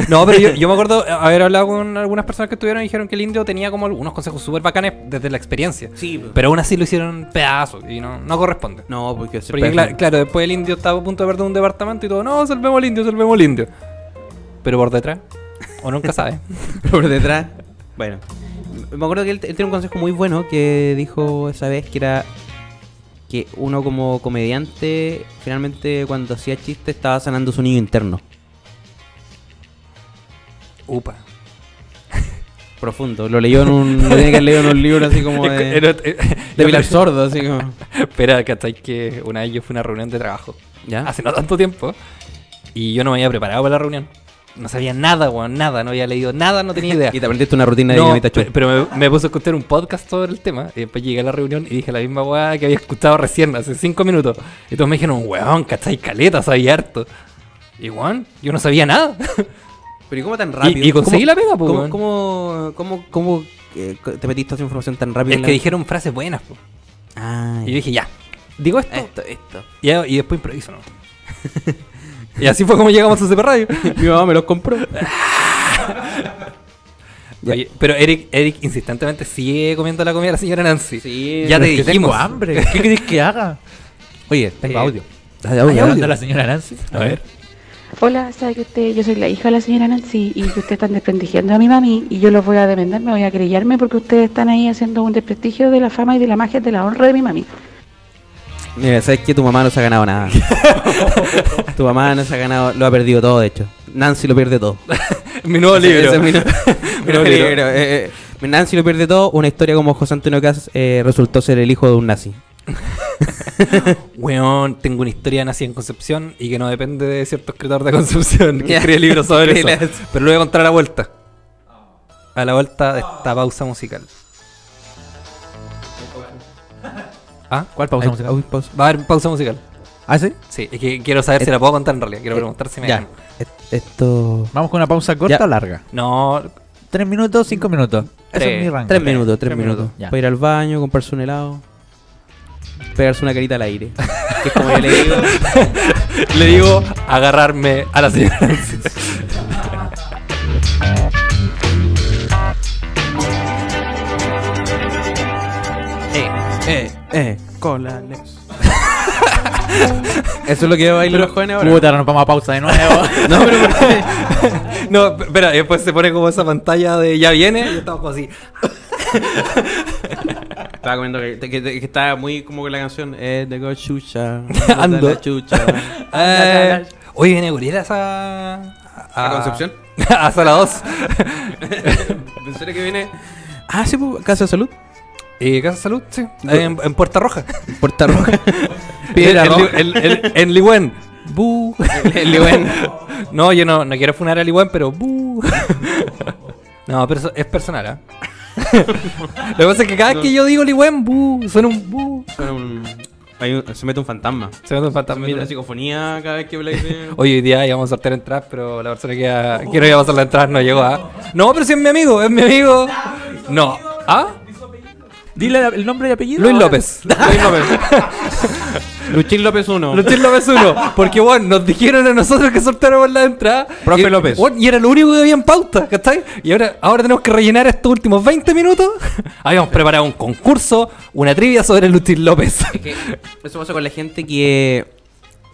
Speaker 2: No, pero yo, yo me acuerdo haber hablado con algunas personas que estuvieron y dijeron que el indio tenía como unos consejos súper bacanes desde la experiencia.
Speaker 3: Sí,
Speaker 2: Pero aún así lo hicieron pedazos y no, no corresponde.
Speaker 3: No, porque se
Speaker 2: Porque cla- claro, después el indio estaba a punto de perder un departamento y todo, no, salvemos al indio, salvemos al indio. Pero por detrás, o nunca sabe.
Speaker 3: por detrás. Bueno, me acuerdo que él, él tiene un consejo muy bueno que dijo esa vez que era que uno como comediante finalmente cuando hacía chiste estaba sanando su niño interno.
Speaker 2: Upa.
Speaker 3: Profundo. Lo leyó en un. lo tiene que haber leído en un libro así como de.
Speaker 2: Era- eh,
Speaker 3: de Pilar Sordo, así como.
Speaker 2: Espera, ¿cachai? Que una vez yo fui a una reunión de trabajo.
Speaker 3: ¿Ya?
Speaker 2: Hace no tanto tiempo. Y yo no me había preparado para la reunión. No sabía nada, weón, nada. No había leído nada, no tenía idea.
Speaker 3: Y te aprendiste una rutina de
Speaker 2: No,
Speaker 3: dinamita
Speaker 2: pe-
Speaker 3: chup.
Speaker 2: pero me, me puse a escuchar un podcast sobre el tema. Y después llegué a la reunión y dije la misma weá que había escuchado recién, hace cinco minutos. Y todos me dijeron, weón, ¿cachai? Caleta, sabía harto. Y weón, yo no sabía nada.
Speaker 3: Pero ¿y cómo tan
Speaker 2: y conseguí
Speaker 3: ¿Cómo-
Speaker 2: la pega, po,
Speaker 3: ¿Cómo,
Speaker 2: weón?
Speaker 3: cómo, cómo, cómo, eh, co- te metiste esa información tan rápido?
Speaker 2: es
Speaker 3: en la-
Speaker 2: que dijeron frases buenas, po.
Speaker 3: Ah,
Speaker 2: Y yo dije, ya, digo esto.
Speaker 3: esto, esto.
Speaker 2: Y, y después improviso, ¿no? y así fue como llegamos a CP Radio.
Speaker 3: Mi mamá me los compró.
Speaker 2: Oye, pero Eric, Eric insistentemente sigue comiendo la comida de la señora Nancy.
Speaker 3: Sí,
Speaker 2: ya te
Speaker 8: Pero es que
Speaker 2: dijimos.
Speaker 8: Tengo hambre. ¿Qué querés que haga? Oye,
Speaker 2: Eh,
Speaker 8: tengo audio.
Speaker 3: Dale,
Speaker 8: ¿Hay
Speaker 3: audio,
Speaker 8: audio
Speaker 3: dale.
Speaker 8: de la señora Nancy?
Speaker 2: A ver.
Speaker 10: Hola, sabe que usted, yo soy la hija de la señora Nancy y que ustedes están desprestigiando a mi mami y yo los voy a demandar, me voy a querellarme porque ustedes están ahí haciendo un desprestigio de la fama y de la magia de la honra de mi mami.
Speaker 3: Mira, sabes que tu mamá no se ha ganado nada. tu mamá no se ha ganado, lo ha perdido todo, de hecho. Nancy lo pierde todo.
Speaker 2: Mi nuevo
Speaker 3: Ese-
Speaker 2: libro.
Speaker 3: ese es mi,
Speaker 2: Mi
Speaker 3: mi
Speaker 2: nuevo
Speaker 3: libro.
Speaker 2: libro.
Speaker 3: Eh, eh, Nancy lo pierde todo. Una historia como José Antonio Cas eh, resultó ser el hijo de un nazi.
Speaker 2: Weón, tengo una historia de nací en Concepción y que no depende de cierto escritor de Concepción que
Speaker 3: Ya.
Speaker 2: escribe libros sobre
Speaker 3: Mira
Speaker 2: eso.
Speaker 3: eso.
Speaker 2: Pero lo voy a contar a la vuelta. A la vuelta de esta pausa musical. ¿Ah?
Speaker 8: ¿Cuál pausa musical? Uy, pausa.
Speaker 2: Va a haber pausa musical.
Speaker 8: ¿Ah, sí?
Speaker 2: Sí, es que quiero saber si la puedo contar en realidad. Quiero preguntar si me
Speaker 3: Eh, Ya.
Speaker 2: dejan.
Speaker 3: Et- Esto.
Speaker 8: ¿Vamos con una pausa corta
Speaker 3: Ya.
Speaker 8: o larga?
Speaker 2: No,
Speaker 8: ¿Tres minutos cinco minutos? Eso
Speaker 2: Tres.
Speaker 8: es mi rango.
Speaker 3: Tres minutos, tres,
Speaker 2: tres
Speaker 3: minutos.
Speaker 8: minutos. Ya.
Speaker 3: Para ir al baño, comprarse un helado. Pegarse una carita al aire. que es como yo le digo.
Speaker 2: le digo agarrarme a la señora Nancy.
Speaker 3: Eh, eh, cola, Eso es lo que bailan los jóvenes ahora.
Speaker 8: Puta, ahora nos vamos a pausa de nuevo.
Speaker 2: No, pero ¿por qué? No, espera, y después se pone como esa pantalla de ya viene y estamos como así.
Speaker 3: Estaba comiendo que, que, que- que estaba muy como con la canción. Eh, de go chucha.
Speaker 2: Ando.
Speaker 3: de la chucha.
Speaker 2: Eh, hoy viene Gurera esa.
Speaker 3: ¿A Concepción?
Speaker 2: a Sala 2.
Speaker 3: ¿En serio que viene? Ah, sí, pues, Casa de Salud.
Speaker 2: ¿Y Eh, Casa Salud? Sí. Eh, En, en Puerta Roja.
Speaker 3: Puerta Roja.
Speaker 2: En-
Speaker 3: Piedra
Speaker 2: en,
Speaker 3: Roja.
Speaker 2: Li- en- en- en Ligüen. Bu.
Speaker 3: En Ligüen.
Speaker 2: No, yo no, no quiero funar a Ligüen, pero bu. No, pero eso es personal, ¿ah? Lo que pasa es que cada vez que yo digo Ligüen, bu, suena un bu.
Speaker 3: Suena un- um, hay un- se mete un fantasma. Se
Speaker 2: Se me hace un
Speaker 3: mete
Speaker 2: fantasmita.
Speaker 3: una psicofonía cada vez que habláis de-
Speaker 2: Hoy hoy día íbamos a sortear entradas, pero la persona que, a- que no iba a pasar la entrada no llegó a. No, pero si es mi amigo, es mi amigo. No. ¿Ah?
Speaker 8: Dile la- el nombre y apellido.
Speaker 2: Luis López. Luis López.
Speaker 3: Luchín López 1.
Speaker 2: Luchín López uno. Porque, bueno, nos dijeron a nosotros que sorteáramos la entrada.
Speaker 3: Profe
Speaker 2: y,
Speaker 3: López.
Speaker 2: bueno, y era lo único que había en pauta, ¿cachai? Y ahora, ahora tenemos que rellenar estos últimos 20 minutos. Habíamos preparado un concurso, una trivia sobre Luchín López.
Speaker 3: que eso pasa con la gente que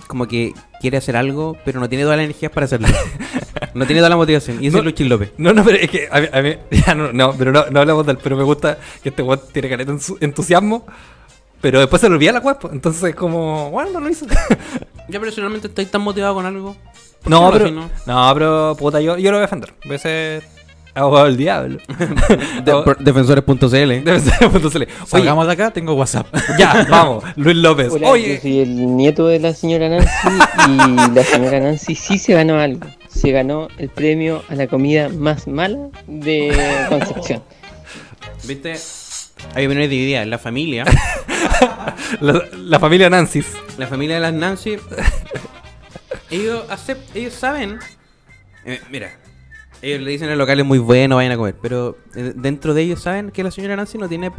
Speaker 3: como que quiere hacer algo, pero no tiene todas las energías para hacerlo. No tiene toda la motivación. Y eso
Speaker 2: No.
Speaker 3: es Luchín López.
Speaker 2: No, no, pero es que a mí, a mí- ya no, no, pero no, no hablamos del, pero me gusta que este weón tiene caleta ensu- entusiasmo, pero después se le olvida la cuerpo, entonces como, bueno, no lo hizo.
Speaker 3: Yo personalmente estoy tan motivado con algo.
Speaker 2: No,
Speaker 3: ¿Por qué
Speaker 2: pero,
Speaker 3: no?
Speaker 2: no, pero puta, yo, yo lo voy a defender, voy a ser abogado del diablo. Abogado-
Speaker 3: Defensores.cl
Speaker 2: Debe ser, entonces le- Oye,
Speaker 8: Salgamos de acá, tengo WhatsApp.
Speaker 2: ya, vamos, Luis López.
Speaker 10: Hola, yo
Speaker 2: Oye,
Speaker 10: soy el nieto de la señora Nancy y la señora Nancy sí se ganó algo. Se ganó el premio a la comida más mala de Concepción.
Speaker 3: ¿Viste? Hay opiniones divididas. La familia,
Speaker 2: la, la familia Nancy.
Speaker 3: la familia de las Nancy, ellos, acep- ellos saben. eh, mira, ellos le dicen el local es muy bueno, vayan a comer. Pero eh, dentro de ellos saben que la señora Nancy no tiene.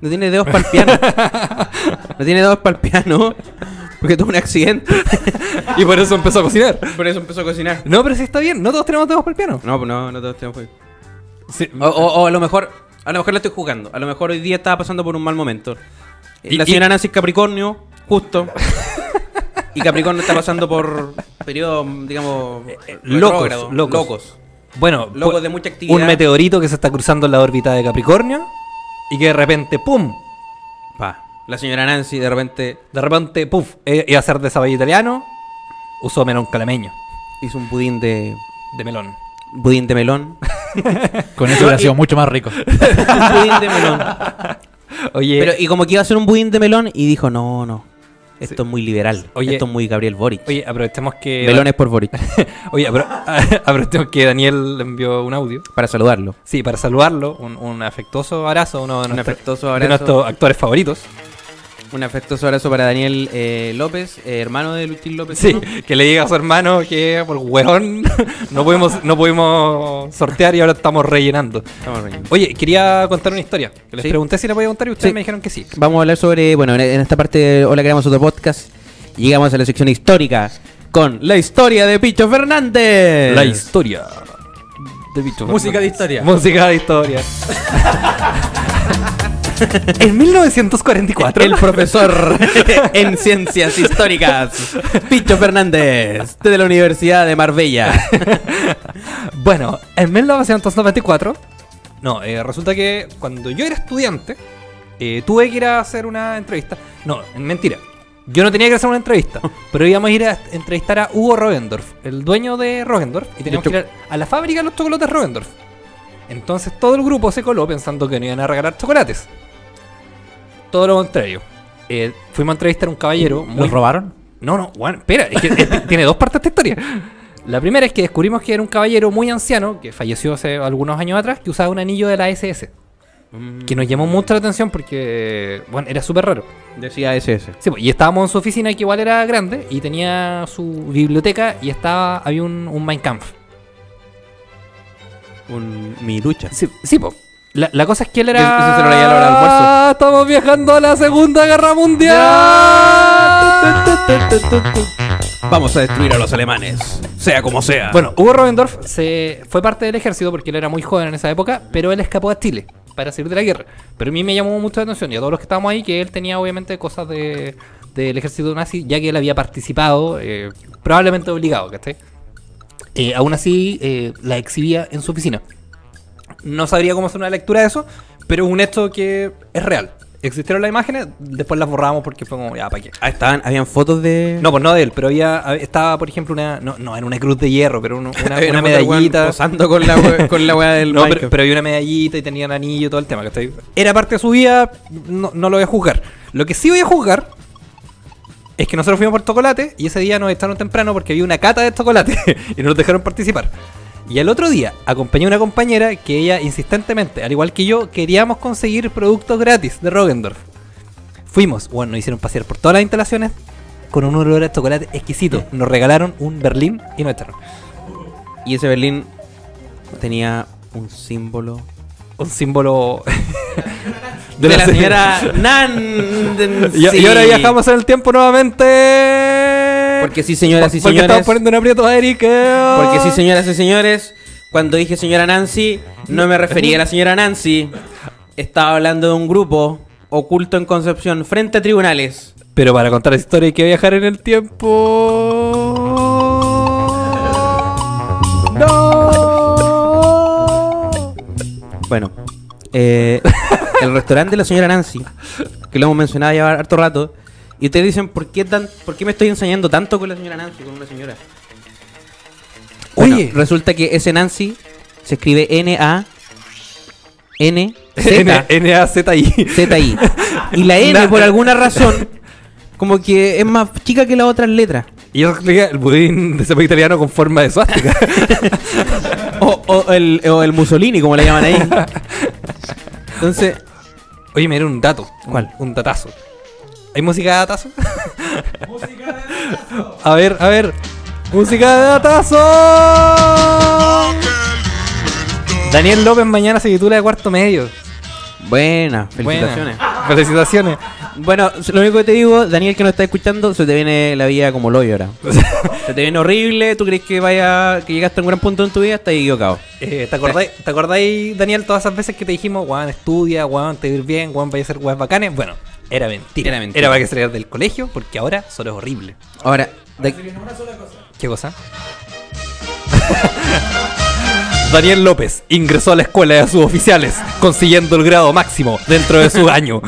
Speaker 3: No tiene dedos para el piano. No tiene dedos para el piano. Porque tuvo un accidente.
Speaker 2: Y por eso empezó a cocinar.
Speaker 3: Por eso empezó a cocinar.
Speaker 2: No, pero sí está bien, no todos tenemos dedos para el piano.
Speaker 3: No, pues no, no todos tenemos que-
Speaker 2: Sí,
Speaker 3: O, o- o a lo mejor, a lo mejor la estoy jugando. A lo mejor hoy día estaba pasando por un mal momento.
Speaker 2: Y-
Speaker 3: la señora
Speaker 2: y-
Speaker 3: Nancy es Capricornio, justo. y Capricornio está pasando por periodos, digamos,
Speaker 2: locos,
Speaker 3: retrógrados,
Speaker 2: locos.
Speaker 3: Eh, locos.
Speaker 2: Bueno,
Speaker 3: Locos
Speaker 2: pu-
Speaker 3: de mucha actividad.
Speaker 2: un meteorito que se está cruzando en la órbita de Capricornio y que de repente, ¡pum!
Speaker 3: Pa. La señora Nancy de repente
Speaker 2: De repente, ¡puf! eh, Iba a ser de zapallo italiano, usó melón calameño,
Speaker 3: hizo un pudín de.
Speaker 2: de melón.
Speaker 3: Pudín de melón.
Speaker 8: Con eso hubiera sido mucho más rico.
Speaker 3: un pudín de melón.
Speaker 2: Oye,
Speaker 3: Pero, y como que iba a hacer un budín de melón y dijo, no, no. Esto es muy liberal.
Speaker 2: Oye.
Speaker 3: esto es muy Gabriel Boric.
Speaker 2: oye, aprovechemos que...
Speaker 3: Melones por Boric.
Speaker 2: Oye, apro- aprovechemos que Daniel envió un audio.
Speaker 3: Para saludarlo.
Speaker 2: Sí, para saludarlo, un, un afectuoso abrazo, uno de,
Speaker 3: Un
Speaker 2: nuestro-
Speaker 3: afectuoso
Speaker 2: de
Speaker 3: abrazo.
Speaker 2: nuestros actores favoritos.
Speaker 3: Un afectuoso abrazo para Daniel eh, López, eh, hermano de Luchín López.
Speaker 2: Sí,
Speaker 3: ¿no?
Speaker 2: que le diga a su hermano que por hueón no pudimos, no pudimos sortear y ahora estamos rellenando.
Speaker 3: Estamos riendo.
Speaker 2: Oye, quería contar una historia. que Les
Speaker 3: Sí.
Speaker 2: pregunté si la podía contar y ustedes
Speaker 3: Sí.
Speaker 2: me dijeron que sí.
Speaker 3: Vamos a hablar sobre, bueno, en- en esta parte de Hola Creamos Otro Podcast, llegamos a la sección histórica con la historia de Picho Fernández.
Speaker 2: La historia de Víctor
Speaker 8: Música
Speaker 2: Fernández.
Speaker 8: de historia.
Speaker 2: Música de historia. en 1944.
Speaker 3: El profesor en ciencias históricas, Picho Fernández, de la Universidad de Marbella.
Speaker 2: Bueno, en 1994, no, eh, resulta que cuando yo era estudiante, eh, tuve que ir a hacer una entrevista. No, en- mentira. Yo no tenía que hacer una entrevista, pero íbamos a ir a entrevistar a Hugo Rogendorf, el dueño de Rogendorf, y teníamos que ir a la fábrica de los chocolates Rogendorf. Entonces todo el grupo se coló pensando que no iban a regalar chocolates. Todo lo contrario. Eh, fuimos a entrevistar a un caballero muy
Speaker 8: ¿Los robaron?
Speaker 2: no, no, bueno, espera, es que es- tiene dos partes esta historia. La primera es que descubrimos que era un caballero muy anciano, que falleció hace algunos años atrás, que usaba un anillo de la SS.
Speaker 3: Mm.
Speaker 2: Que nos llamó mucho la atención porque, bueno, era súper raro.
Speaker 3: Decía SS.
Speaker 2: Sí, pues, y estábamos en su oficina, que igual era grande, y tenía su biblioteca y estaba había un, un Mein Kampf.
Speaker 3: Un, mi lucha.
Speaker 2: Sí, sí po. La, la cosa es que él era.
Speaker 3: Yo- yo se lo leía a la hora del almuerzo.
Speaker 2: ¡Ah, Estamos viajando a la Segunda Guerra Mundial.
Speaker 3: Vamos a destruir a los alemanes, sea como sea.
Speaker 2: Bueno, Hugo Robendorf se fue parte del ejército porque él era muy joven en esa época, pero él escapó a Chile para salir de la guerra. Pero a mí me llamó mucho la atención y a todos los que estábamos ahí que él tenía obviamente cosas de, del ejército nazi, ya que él había participado, eh, probablemente obligado, ¿cachai? Eh, aún así, eh, la exhibía en su oficina. No sabría cómo hacer una lectura de eso, pero es un hecho que es real. Existieron las imágenes, después las borramos porque fue como, ya, ¿para qué?
Speaker 3: ah, estaban, habían fotos de.
Speaker 2: No, pues no de él, pero había, hab- estaba, por ejemplo, una, no, no, era una cruz de hierro, pero un- una,
Speaker 3: Había
Speaker 2: una
Speaker 3: foto del weón
Speaker 2: medallita.
Speaker 3: Posando con la, we- con la weá del.
Speaker 2: No,
Speaker 3: Minecraft.
Speaker 2: pero, pero había una medallita y tenían anillo y todo el tema. ¿cachai? Era parte de su vida, no, no lo voy a juzgar. Lo que sí voy a juzgar es que nosotros fuimos por chocolate y ese día nos echaron temprano porque había una cata de chocolate y no nos dejaron participar. Y al otro día acompañé a una compañera que ella insistentemente, al igual que yo, queríamos conseguir productos gratis de Rogendorf. Fuimos, bueno, nos hicieron pasear por todas las instalaciones con un olor a chocolate exquisito. Nos regalaron un berlín y nos echaron.
Speaker 3: Y ese Berlín tenía un símbolo.
Speaker 2: Un símbolo
Speaker 3: De, la, señora Nan.
Speaker 2: Y, y ahora viajamos en el tiempo nuevamente.
Speaker 3: Porque sí, señoras y
Speaker 2: Porque
Speaker 3: señores.
Speaker 2: estamos poniendo un aprieto a Eric. eh.
Speaker 3: Porque sí, señoras y señores. Cuando dije señora Nancy, no me refería a la señora Nancy. Estaba hablando de un grupo oculto en Concepción frente a tribunales.
Speaker 2: Pero para contar esa historia hay que viajar en el tiempo. No.
Speaker 3: Bueno, eh, el restaurante de la señora Nancy, que lo hemos mencionado ya harto rato, y ustedes dicen, ¿por qué, tan, ¿por qué me estoy enseñando tanto con la señora Nancy, con una señora?
Speaker 2: Oye.
Speaker 3: Bueno, resulta que ese Nancy se escribe N-A-N-Z.
Speaker 2: N A Z I.
Speaker 3: ZI. Y la N,
Speaker 2: Na-
Speaker 3: por alguna razón, como que es más chica que las otras letras.
Speaker 2: Y eso explica el budín de cepillo italiano con forma de suástica.
Speaker 3: O, o el, o el Mussolini, como le llaman ahí. Entonces,
Speaker 2: Oye, me dieron un dato. un-
Speaker 3: ¿Cuál?
Speaker 2: Un datazo. ¿Hay música de datazo? a ver, a ver. ¡Música de datazo! Daniel López mañana se titula de cuarto medio.
Speaker 3: buena,
Speaker 2: Buena.
Speaker 3: felicitaciones.
Speaker 2: Felicitaciones.
Speaker 3: Bueno, lo único que te digo, Daniel, que no está escuchando, se te viene la vida como hoyo ahora. se te viene horrible, tú crees que vaya, que llegaste a un gran punto en tu vida, estás equivocado.
Speaker 2: Eh, ¿te, acordáis, ¿Te acordáis, Daniel, todas esas veces que te dijimos, Juan, estudia, Juan, te va a ir bien, Juan, vaya a hacer weas bacanes? Bueno, era mentira.
Speaker 3: Era mentira.
Speaker 2: para que salieras del colegio, porque ahora solo es horrible.
Speaker 3: Ahora, de-
Speaker 2: ¿Qué cosa? Daniel López ingresó a la escuela de suboficiales, consiguiendo el grado máximo dentro de su año.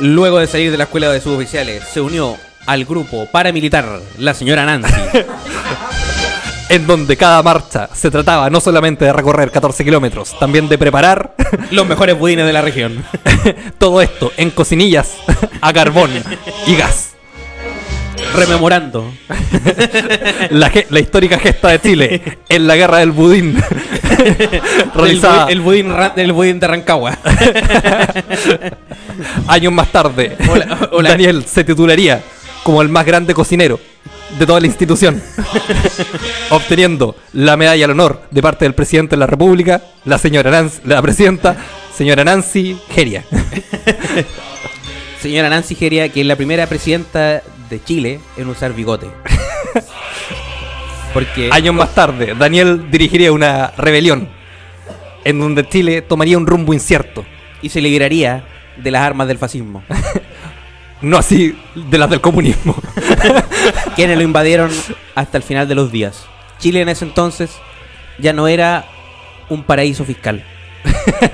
Speaker 3: Luego de salir de la escuela de suboficiales, se unió al grupo paramilitar La Señora Nancy.
Speaker 2: en donde cada marcha se trataba no solamente de recorrer 14 kilómetros, también de preparar
Speaker 3: los mejores budines de la región.
Speaker 2: todo esto en cocinillas a carbón y gas.
Speaker 3: Rememorando.
Speaker 2: La, ge- la histórica gesta de Chile en la guerra del budín. realizada
Speaker 3: El, budín, el budín ra- el budín de Rancagua.
Speaker 2: años más tarde.
Speaker 3: Hola, hola.
Speaker 2: Daniel se titularía como el más grande cocinero de toda la institución, obteniendo la medalla al honor de parte del presidente de la República, la señora Nancy, la presidenta, señora Nancy Geria.
Speaker 3: Eh. Señora Nancy Geria, que es la primera presidenta de Chile en usar bigote. Porque
Speaker 2: Años más tarde, Daniel dirigiría una rebelión en donde Chile tomaría un rumbo incierto,
Speaker 3: y se libraría de las armas del fascismo.
Speaker 2: no así de las del comunismo.
Speaker 3: quienes lo invadieron hasta el final de los días. Chile en ese entonces ya no era un paraíso fiscal.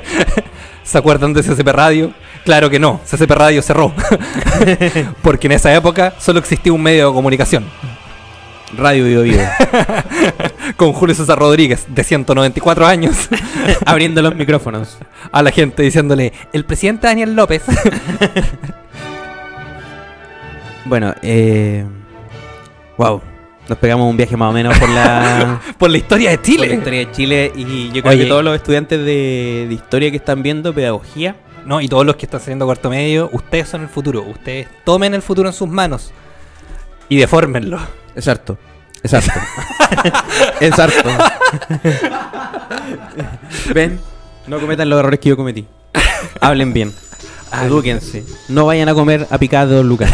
Speaker 2: ¿Se acuerdan de CCP Radio? Claro que no, CCP Radio cerró. Porque en esa época solo existía un medio de comunicación,
Speaker 3: Radio Bio Bio.
Speaker 2: con Julio César Rodríguez, de 194 años,
Speaker 3: abriendo los micrófonos.
Speaker 2: a la gente diciéndole, el presidente Daniel López.
Speaker 3: Bueno, eh. Wow. Nos pegamos un viaje más o menos por la,
Speaker 2: Por la historia de
Speaker 3: por la
Speaker 2: Chile.
Speaker 3: historia de Chile. Y yo creo
Speaker 2: Oye.
Speaker 3: que todos los estudiantes de, de historia que están viendo pedagogía
Speaker 2: No, y todos los que están saliendo cuarto medio, ustedes son el futuro. Ustedes tomen el futuro en sus manos y defórmenlo.
Speaker 3: Exacto. Exacto. Exacto. Ven, no cometan los errores que yo cometí. Hablen bien. Edúquense. No vayan a comer a picada de dos lucas.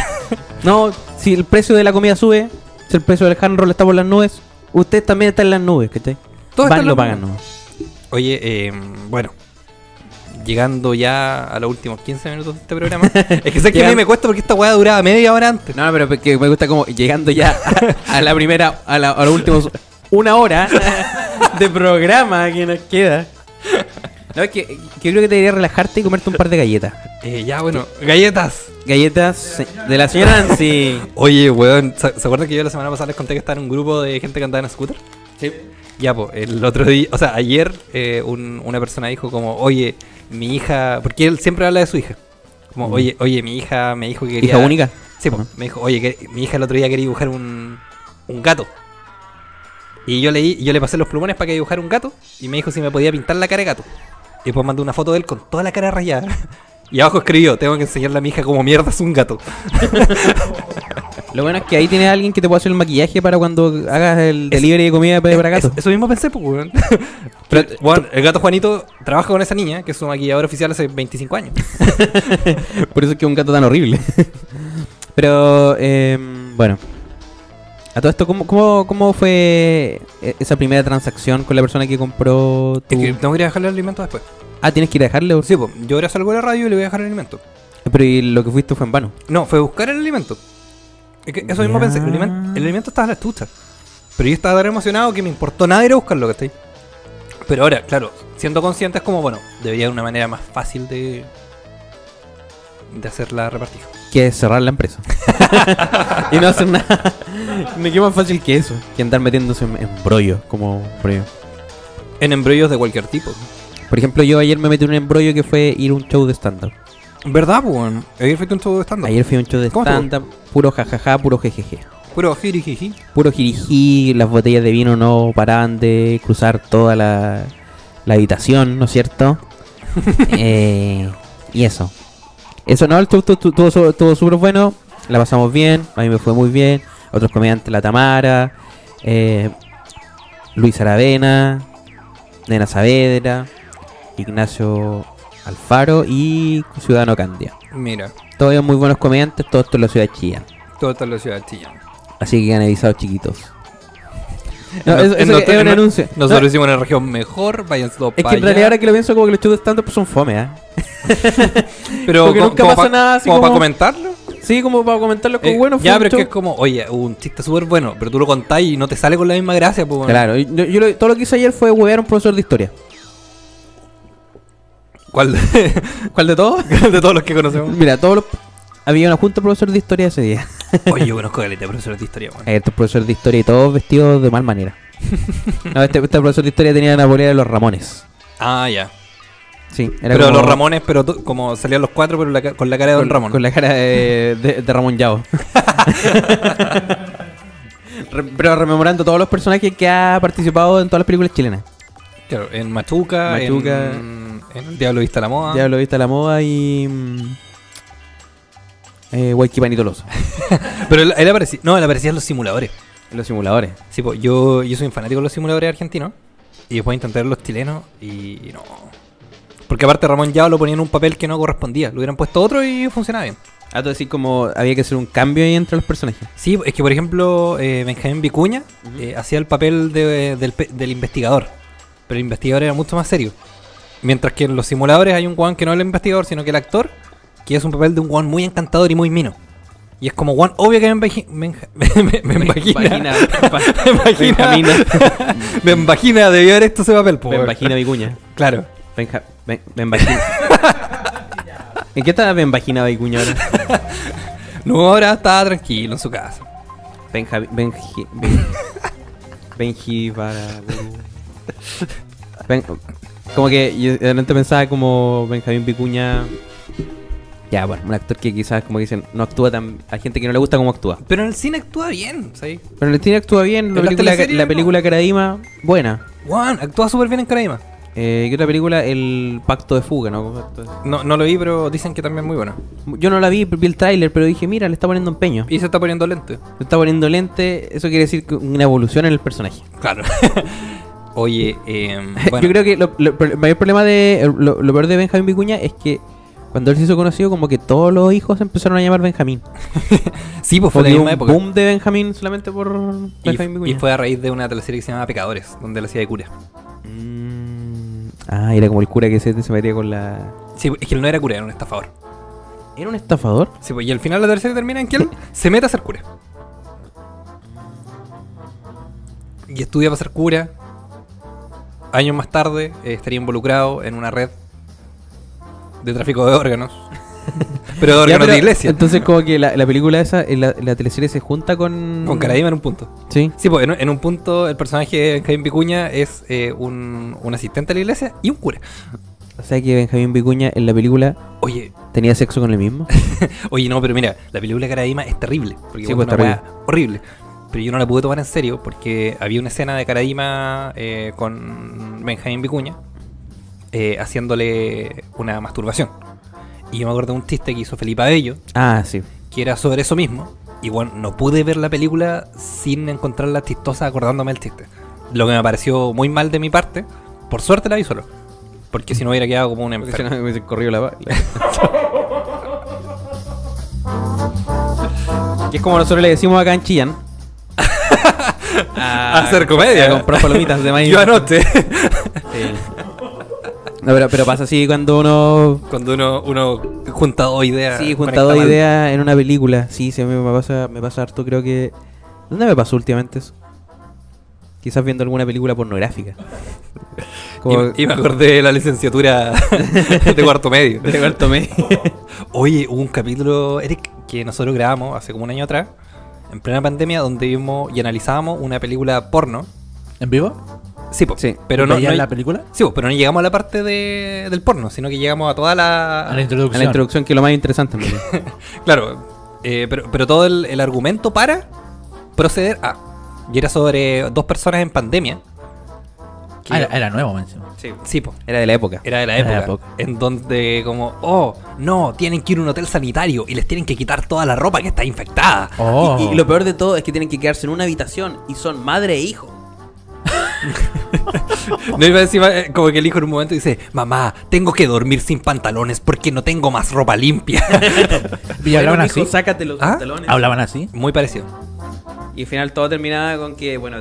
Speaker 3: No, si el precio de la comida sube, si el precio del hand roll está por las nubes, ustedes también están en las nubes, ¿cachai?
Speaker 2: Todos
Speaker 3: Van
Speaker 2: están
Speaker 3: y lo
Speaker 2: en las
Speaker 3: pagan nomás.
Speaker 2: Oye, eh, bueno. Llegando ya a los últimos 15 minutos de este programa. es que sé que a mí
Speaker 3: Llegan-
Speaker 2: me cuesta porque esta weá duraba media hora antes.
Speaker 3: No, pero que me gusta como llegando ya a, a la primera, a la, a los últimos una hora de programa que nos queda. No, es que, que yo creo que debería relajarte y comerte un par de galletas.
Speaker 2: Eh, ya, bueno, galletas.
Speaker 3: Galletas se- de la señora Nancy.
Speaker 2: Oye, weón, ¿se, se acuerdan que yo la semana pasada les conté que estaba en un grupo de gente que andaba en scooter?
Speaker 3: Sí.
Speaker 2: Ya, pues, el otro día, o sea, ayer eh, un- una persona dijo como, oye, mi hija, porque él siempre habla de su hija. Como, oye, oye, mi hija me dijo que quería...
Speaker 3: Mm. ¿Hija única?
Speaker 2: Sí, pues, me dijo, oye, que mi hija el otro día quería dibujar un, un gato. Y yo leí, yo le pasé los plumones para que dibujara un gato y me dijo si me podía pintar la cara de gato. Y después mandó una foto de él con toda la cara rayada. Y abajo escribió, tengo que enseñarle a mi hija cómo mierda es un gato.
Speaker 3: Lo bueno es que ahí tienes a alguien que te puede hacer el maquillaje para cuando hagas el delivery de comida para para gatos.
Speaker 2: Eh, Eso, eso mismo pensé, pues, weón. Pero, weón, el gato Juanito trabaja con esa niña, que es su maquilladora oficial hace 25 años.
Speaker 3: Por eso es que es un gato tan horrible. Pero, eh, bueno. A todo esto, ¿cómo, cómo, cómo fue eh, esa primera transacción con la persona que compró tu...
Speaker 2: Es que tengo que ir a dejarle el alimento después.
Speaker 3: Ah, tienes que ir a dejarle.
Speaker 2: Sí, pues, yo ahora salgo de la radio y le voy a dejar el alimento.
Speaker 3: Pero y lo que fuiste fue en vano.
Speaker 2: No, fue buscar el alimento. Es que eso mismo
Speaker 3: Ya.
Speaker 2: pensé, el, alimen- el alimento estaba en la chucha. Pero yo estaba tan emocionado que me importó nada ir a buscarlo, ¿cachai? Pero ahora, claro, siendo consciente es como, bueno, debería haber una manera más fácil de... De hacer la repartija.
Speaker 3: Que es cerrar la empresa. y no hacer nada. Me queda más fácil que eso. Que andar metiéndose en embrollo. Como embrollo.
Speaker 2: En embrollos de cualquier tipo.
Speaker 3: Por ejemplo, yo ayer me metí en un embrollo que fue ir a un show de stand-up.
Speaker 2: ¿Verdad, pues, weón? Ayer fue un show de stand-up.
Speaker 3: Ayer fui a un show de
Speaker 2: ¿Cómo estuvo?
Speaker 3: stand-up. Puro jajaja, puro jejeje.
Speaker 2: Puro jirijiji.
Speaker 3: Puro jirijí, las botellas de vino no paraban de cruzar toda la, la habitación, ¿no es cierto? Eh, y eso. Eso no, el show tu- tu- tuvo su- estuvo súper bueno, la pasamos bien, a mí me fue muy bien. Otros comediantes, la Tamara, eh, Luis Aravena, Nena Saavedra, Ignacio Alfaro y Ciudadano Candia.
Speaker 2: Mira,
Speaker 3: Todos ellos muy buenos comediantes, todo esto en la ciudad de Chillán.
Speaker 2: todo está en la ciudad de Chillán.
Speaker 3: Así que han avisado chiquitos. No,
Speaker 2: No-
Speaker 3: eso,
Speaker 2: en
Speaker 3: eso
Speaker 2: nosotros-
Speaker 3: es un
Speaker 2: en-
Speaker 3: anuncio.
Speaker 2: Nosotros
Speaker 3: No,
Speaker 2: hicimos una región mejor, vayan todos
Speaker 3: es
Speaker 2: pa'
Speaker 3: que en
Speaker 2: allá.
Speaker 3: realidad ahora que lo pienso como que los shows de stand-up son pues, fome, ¿eh?
Speaker 2: pero
Speaker 3: porque
Speaker 2: co-
Speaker 3: nunca
Speaker 2: como pa-
Speaker 3: pasa nada así
Speaker 2: como para
Speaker 3: como-
Speaker 2: comentarlo.
Speaker 11: Sí, como para comentarlo
Speaker 2: Eh,
Speaker 11: como bueno. fue
Speaker 2: ya,
Speaker 11: un
Speaker 2: pero es
Speaker 11: show.
Speaker 2: que es como, oye, hubo un chiste súper bueno, pero tú lo contás y no te sale con la misma gracia, pues. bueno.
Speaker 3: Claro, y yo, yo lo- todo lo que hice ayer fue huevear a un profesor de historia.
Speaker 2: ¿Cuál de, ¿Cuál de todos? de todos los que conocemos.
Speaker 3: Mira, todos los- había una junta de profesores de historia ese día.
Speaker 2: Oye, yo conozco galeta de profesores de historia, bueno.
Speaker 3: Hay estos profesores de historia y todos vestidos de mal manera. No, este, este profesor de historia tenía una bolera de los Ramones.
Speaker 2: Ah, ya.
Speaker 3: Sí, era
Speaker 2: Pero
Speaker 3: como-
Speaker 2: los Ramones, pero to- como salían los cuatro, pero la ca- con la cara de Don
Speaker 3: con,
Speaker 2: Ramón.
Speaker 3: con la cara de, de- de Ramón Yao. Re- pero rememorando todos los personajes que ha participado en todas las películas chilenas.
Speaker 2: Claro, en Machuca,
Speaker 3: Machuca.
Speaker 2: En, en El Diablo Vista a la Moda.
Speaker 3: Diablo Vista a la Moda y. mm, Eh, Guayquipán y Tolosa.
Speaker 2: Pero él, él aparecía, no, él aparecía en los simuladores.
Speaker 3: Los simuladores.
Speaker 2: Sí, pues yo, yo soy un fanático de los simuladores argentinos. Y después intenté ver los chilenos y no. Porque aparte Ramón Yao lo ponía en un papel que no correspondía. Lo hubieran puesto otro y funcionaba bien.
Speaker 3: Ah, tú decís como había que hacer un cambio ahí entre los personajes.
Speaker 2: Sí, es que por ejemplo eh, Benjamín Vicuña eh, hacía el papel de- del, pe- del investigador. Pero el investigador era mucho más serio. Mientras que en los simuladores hay un guan que no es el investigador, sino que el actor, que es un papel de un guan muy encantador y muy mino. Y es como guan, obvio que me envagi- me enja- me- me- me envagina. Me envagina. Me envagina, debió haber esto ese papel, po, weón.
Speaker 3: Benvagina Vicuña.
Speaker 2: Claro.
Speaker 3: Benja, ben, Benvagina. ¿En qué está Benvagina Vicuña ahora?
Speaker 2: No, ahora estaba tranquilo en su casa.
Speaker 3: Benja, Benji, ben, Benji para... Ben- como que yo realmente pensaba como Benjamín Vicuña... Ya, bueno, un actor que quizás como dicen, no actúa tan... Hay gente que no le gusta cómo actúa.
Speaker 2: Pero en el cine actúa bien, ¿sí?
Speaker 3: Pero en el cine actúa bien, la
Speaker 2: En las
Speaker 3: película,
Speaker 2: teleseries,
Speaker 3: la
Speaker 2: no.
Speaker 3: película Caradima, buena.
Speaker 2: Guan, actúa súper bien en Caraima.
Speaker 3: Eh, ¿Qué otra película? El Pacto de Fuga, ¿no?
Speaker 2: No, no lo vi, pero dicen que también es muy bueno.
Speaker 3: Yo no la vi, vi el tráiler, pero dije, mira, le está poniendo empeño.
Speaker 2: Y se está poniendo lente.
Speaker 3: Le está poniendo lente, eso quiere decir que una evolución en el personaje.
Speaker 2: Claro. Oye, em, bueno,
Speaker 3: Yo creo que lo- lo- el mayor problema de. Lo, lo peor de Benjamín Vicuña es que cuando él se hizo conocido, como que todos los hijos empezaron a llamar Benjamín.
Speaker 2: sí, pues fue
Speaker 3: Fue
Speaker 2: la
Speaker 3: un
Speaker 2: misma época.
Speaker 3: boom de Benjamín solamente por
Speaker 2: Y,
Speaker 3: Benjamín Vicuña.
Speaker 2: y fue a raíz de una teleserie que se llama Pecadores, donde la hacía de cura.
Speaker 3: Mm, ah, era como el cura que se, se metía con la.
Speaker 2: Sí, es que él no era cura, era un estafador.
Speaker 3: ¿Era un estafador?
Speaker 2: Sí, pues, y al final la tercera termina en que él se mete a ser cura. Y estudia para ser cura. Años más tarde eh, estaría involucrado en una red de tráfico de órganos. pero de
Speaker 3: Ya,
Speaker 2: órganos
Speaker 3: pero
Speaker 2: de iglesia.
Speaker 3: Entonces, como que la, la película esa, en la, la teleserie se junta con.
Speaker 2: Con Caradima en un punto.
Speaker 3: Sí.
Speaker 2: Sí, pues en, un- en un punto el personaje de Benjamín Vicuña es eh, un, un asistente a la iglesia y un cura.
Speaker 3: O sea que Benjamín Vicuña en la película
Speaker 2: Oye,
Speaker 3: tenía sexo con él mismo.
Speaker 2: oye, no, pero mira, la película de Caradima es terrible. Porque
Speaker 3: Sí,
Speaker 2: cuenta
Speaker 3: pues,
Speaker 2: una weá horrible. Pero yo no la pude tomar en serio porque había una escena de Caradima eh, con Benjamín Vicuña eh, haciéndole una masturbación. Y yo me acuerdo de un chiste que hizo Felipe Abello,
Speaker 3: ah, sí.
Speaker 2: que era sobre eso mismo. Y bueno, no pude ver la película sin encontrarla chistosa acordándome del chiste. Lo que me pareció muy mal de mi parte. Por suerte la vi solo. Porque si no hubiera quedado como un
Speaker 3: Porque si
Speaker 2: enfermo.
Speaker 3: no, me hubiese corrido la pa- la- Que es como nosotros le decimos acá en Chillán.
Speaker 11: Ah,
Speaker 2: A hacer comedia.
Speaker 3: a comprar palomitas de maíz.
Speaker 2: Yo anoche.
Speaker 3: No, pero, pero pasa así cuando uno
Speaker 2: Cuando uno, uno junta dos
Speaker 11: Ah,
Speaker 2: ideas.
Speaker 3: sí
Speaker 2: conecta
Speaker 3: juntado
Speaker 2: mal.
Speaker 3: ideas en una película. Sí, sí, a mí me pasa, me pasa harto, creo que. ¿Dónde me pasó últimamente eso? Quizás viendo alguna película pornográfica. Como-
Speaker 2: Y, y me acordé de la licenciatura de cuarto medio.
Speaker 3: de cuarto medio.
Speaker 2: Oye, hubo un capítulo, Eric, que nosotros grabamos hace como un año atrás, en plena pandemia, donde vimos y analizábamos una película porno.
Speaker 3: ¿En vivo?
Speaker 2: Sí, po.
Speaker 3: Sí.
Speaker 2: pero no,
Speaker 3: ¿Veían
Speaker 2: no-
Speaker 3: la
Speaker 4: película?
Speaker 2: Sí, po, pero no llegamos a la parte de- del porno, sino que llegamos a toda Ah, la.
Speaker 3: En
Speaker 4: A la
Speaker 8: Ah,
Speaker 3: la
Speaker 4: introducción.
Speaker 3: introducción, que es lo más interesante. en realidad.
Speaker 2: claro, eh, pero, pero todo el, el argumento para proceder a. Y era sobre dos personas en pandemia. que-
Speaker 4: Ah, era, era nuevo, me encima.
Speaker 2: Sí, po,
Speaker 3: Era de la época.
Speaker 2: Era de la
Speaker 4: Era
Speaker 2: época,
Speaker 4: de la época.
Speaker 2: En donde, como, oh, no, tienen que ir a un hotel sanitario y les tienen que quitar toda la ropa que está infectada.
Speaker 4: Oh.
Speaker 11: Y, y lo peor de todo es que tienen que quedarse en una habitación y son madre e hijo.
Speaker 2: No iba a decir eh, como que el hijo en un momento dice, mamá, tengo que dormir sin pantalones porque no tengo más ropa limpia.
Speaker 4: ¿Y hablaban
Speaker 11: Bueno, hijo,
Speaker 4: así?
Speaker 11: Sácate los
Speaker 2: ¿Ah?
Speaker 11: pantalones.
Speaker 4: ¿Hablaban así?
Speaker 2: Muy parecido.
Speaker 11: Y al final todo terminaba con que, bueno.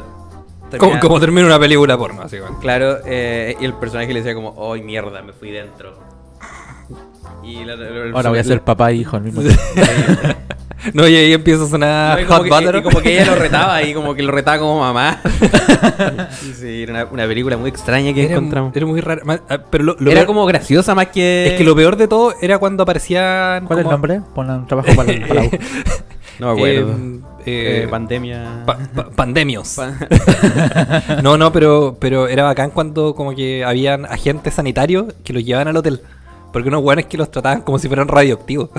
Speaker 2: Como,
Speaker 11: terminaba-
Speaker 2: como termina una película porno, así bueno.
Speaker 11: Claro, eh, y el personaje le decía como, ¡ay mierda, me fui dentro! Y la- la- la-
Speaker 4: Ahora voy a
Speaker 11: la-
Speaker 4: ser papá e hijo al mismo tiempo.
Speaker 2: No, y ahí empieza a sonar
Speaker 12: No, y, como
Speaker 2: Hot
Speaker 12: que,
Speaker 2: Butter.
Speaker 12: y como que ella lo retaba y como que lo retaba como mamá. Y sí, era una, una película muy extraña que
Speaker 2: Era,
Speaker 12: encontramos.
Speaker 2: era muy raro. Ma- ah, Pero lo, lo
Speaker 12: Era
Speaker 2: peor-
Speaker 12: como graciosa más que.
Speaker 2: Es que lo peor de todo era cuando aparecían.
Speaker 4: ¿Cuál es el
Speaker 2: como-
Speaker 4: nombre? Pon un trabajo para la, para la U.
Speaker 12: No me acuerdo.
Speaker 2: Eh,
Speaker 3: Eh, pandemia.
Speaker 2: Pa- pa- pandemios. no, no, pero, pero era bacán cuando como que habían agentes sanitarios que los llevaban al hotel. Porque unos hueones que los trataban como si fueran radioactivos.